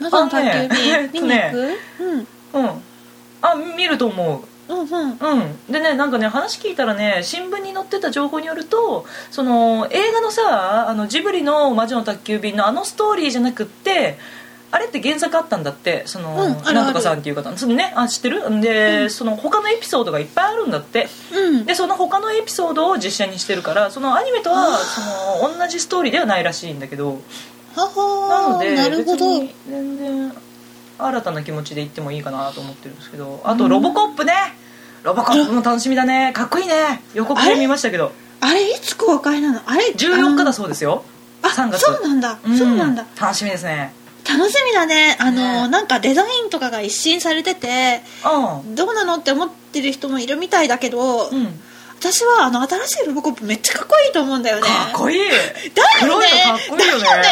Speaker 2: などの宅 急便見に行
Speaker 1: ね
Speaker 2: く、
Speaker 1: うんあ見ると思う
Speaker 2: うんうんうん
Speaker 1: うんでねなんかね話聞いたらね新聞に載ってた情報によるとその映画のさあのジブリの「魔女の宅急便」のあのストーリーじゃなくってあれって原作あったんだってその、
Speaker 2: うんあるある
Speaker 1: なんとかさんっていう方そのねあ知ってるんで、その他のエピソードがいっぱいあるんだって
Speaker 2: うん
Speaker 1: でその他のエピソードを実写にしてるからそのアニメとはその同じストーリーではないらしいんだけど
Speaker 2: は
Speaker 1: な
Speaker 2: は
Speaker 1: ので
Speaker 2: なるほど
Speaker 1: 別に全然新たな気持ちで行ってもいいかなと思ってるんですけどあとロボコップね、ロボコップも楽しみだねかっこいいね予告で見ましたけど
Speaker 2: あれいつ公開なのあれ
Speaker 1: 14日だ
Speaker 2: そ
Speaker 1: そうですよ
Speaker 2: あ
Speaker 1: 3月
Speaker 2: そうなんだ、そうなんだ
Speaker 1: 楽しみですね
Speaker 2: 楽しみだねあの、
Speaker 1: ね
Speaker 2: なんかデザインとかが一新されてて
Speaker 1: う
Speaker 2: どうなのって思ってる人もいるみたいだけ
Speaker 1: ん、
Speaker 2: ど、
Speaker 1: うん、
Speaker 2: 私はあの新しいロボコップめっちゃかっこいいと思うんだよね
Speaker 1: かっこい い
Speaker 2: だよ
Speaker 1: 黒
Speaker 2: ね
Speaker 1: いのかっこいいよね
Speaker 2: だよね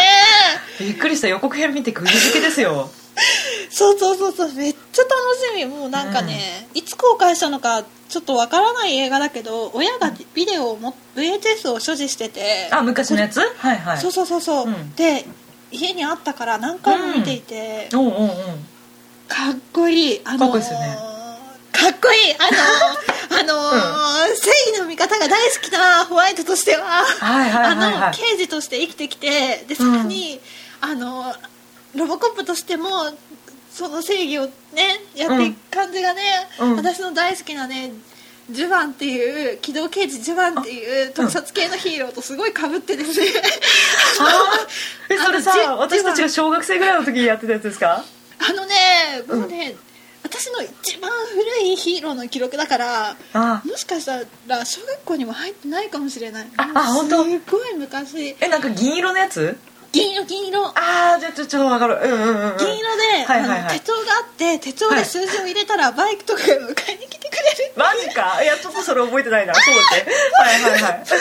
Speaker 1: びっくりした予告編見て釘付けですよ
Speaker 2: そうそうそうそうめっちゃ楽しみもうなんかね、いつ公開したのかちょっとわからない映画だけど親がビデオをも VHS を所持してて
Speaker 1: あ昔のやつはいはい
Speaker 2: そうそうそうそう、
Speaker 1: うん
Speaker 2: で家にあったから何回も見ていて、
Speaker 1: うんうんうん
Speaker 2: かっこいいあの
Speaker 1: かっ
Speaker 2: ー
Speaker 1: こいいですよね
Speaker 2: かっこいいあのーあのー正義の味方が大好きなホワイトとしては
Speaker 1: はいはいはいは
Speaker 2: あ
Speaker 1: い
Speaker 2: の刑事として生きてきてでさらに、あのロボコップとしてもその正義をねやっていく感じがね、
Speaker 1: うん
Speaker 2: 私の大好きなねジュバンっていう機動刑事ジュバンっていう特撮系のヒーローとすごい被ってですね
Speaker 1: あーえそれさ
Speaker 2: あのじ
Speaker 1: 私たちが小学生ぐらいの時にやってたやつですか
Speaker 2: あのねもうね、私の一番古いヒーローの記録だから
Speaker 1: あ
Speaker 2: もしかしたら小学校にも入ってないかもしれない
Speaker 1: ああ本当
Speaker 2: すっごい昔
Speaker 1: えなんか銀色のやつ
Speaker 2: 銀色銀色
Speaker 1: ああじゃあちょちょっと分かるうんうんうん
Speaker 2: 銀色で、
Speaker 1: はいはいはい
Speaker 2: あの手帳があって手帳で数字を入れたらバイクとかが迎えに来てくれる、
Speaker 1: マジかいやちょっとそれ覚えてないなそうだっけはいはいはい
Speaker 2: その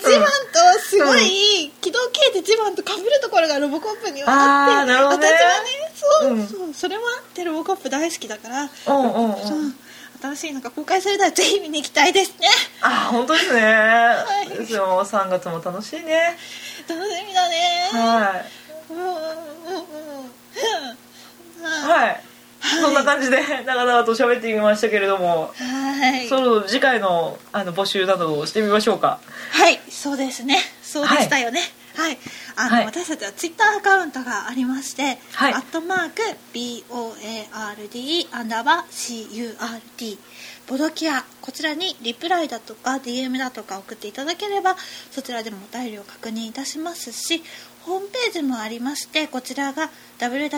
Speaker 2: ジバンとすごい機動系でジバンと被るところがロボコップにはあ
Speaker 1: あー
Speaker 2: って
Speaker 1: なるほどね
Speaker 2: 私はねそう、
Speaker 1: うん
Speaker 2: そうそれもあってロボコップ大好きだから、
Speaker 1: うんうんうん
Speaker 2: そう新しいのが公開されたらぜひ見に行きたいですね
Speaker 1: ああ本当ですね、
Speaker 2: い
Speaker 1: ですよ3月も楽しいね
Speaker 2: 楽しみだね
Speaker 1: はい
Speaker 2: うんうんうんうんうんは
Speaker 1: はいそんな感じで長々と喋ってみましたけれども、
Speaker 2: はい
Speaker 1: そろそろ次回のあの募集などをしてみましょうか
Speaker 2: はい、そうですね。そうでしたよね。はい。あの、
Speaker 1: はい
Speaker 2: 私たちはツイッターアカウントがありまして、
Speaker 1: はい
Speaker 2: アットマーク B O A R D アンダーバー C U R D ボドキアこちらにリプライだとか DM だとか送っていただければそちらでもお便りを確認いたしますし。ホームページもありましてこちらが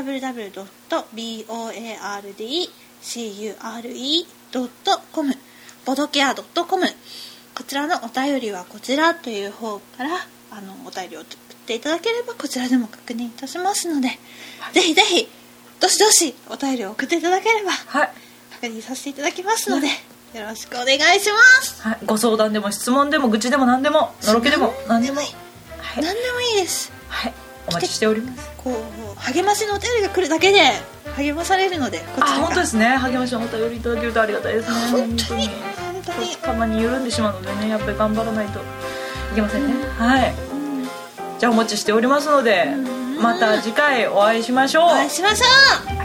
Speaker 2: www.boardcure.com ボドケア .com こちらのお便りはこちらという方からあのお便りを送っていただければこちらでも確認いたしますので、ぜひぜひどしどしお便りを送っていただければ
Speaker 1: はい
Speaker 2: 確認させていただきますので、よろしくお願いします
Speaker 1: はい、ご相談でも質問でも愚痴でも何でものろけでも何でもはい、
Speaker 2: 何でもいいです
Speaker 1: はい、お待ちしております
Speaker 2: こう励ましのお便りが来るだけで励まされるのでこちらが
Speaker 1: あ本当ですね励ましをお便りいただけるとありがたいですね
Speaker 2: 本当に本当に
Speaker 1: たまに緩んでしまうのでねやっぱり頑張らないといけませんね、はい
Speaker 2: うん
Speaker 1: じゃあお待ちしておりますので
Speaker 2: ん
Speaker 1: また次回お会いしましょう
Speaker 2: お会いしましょう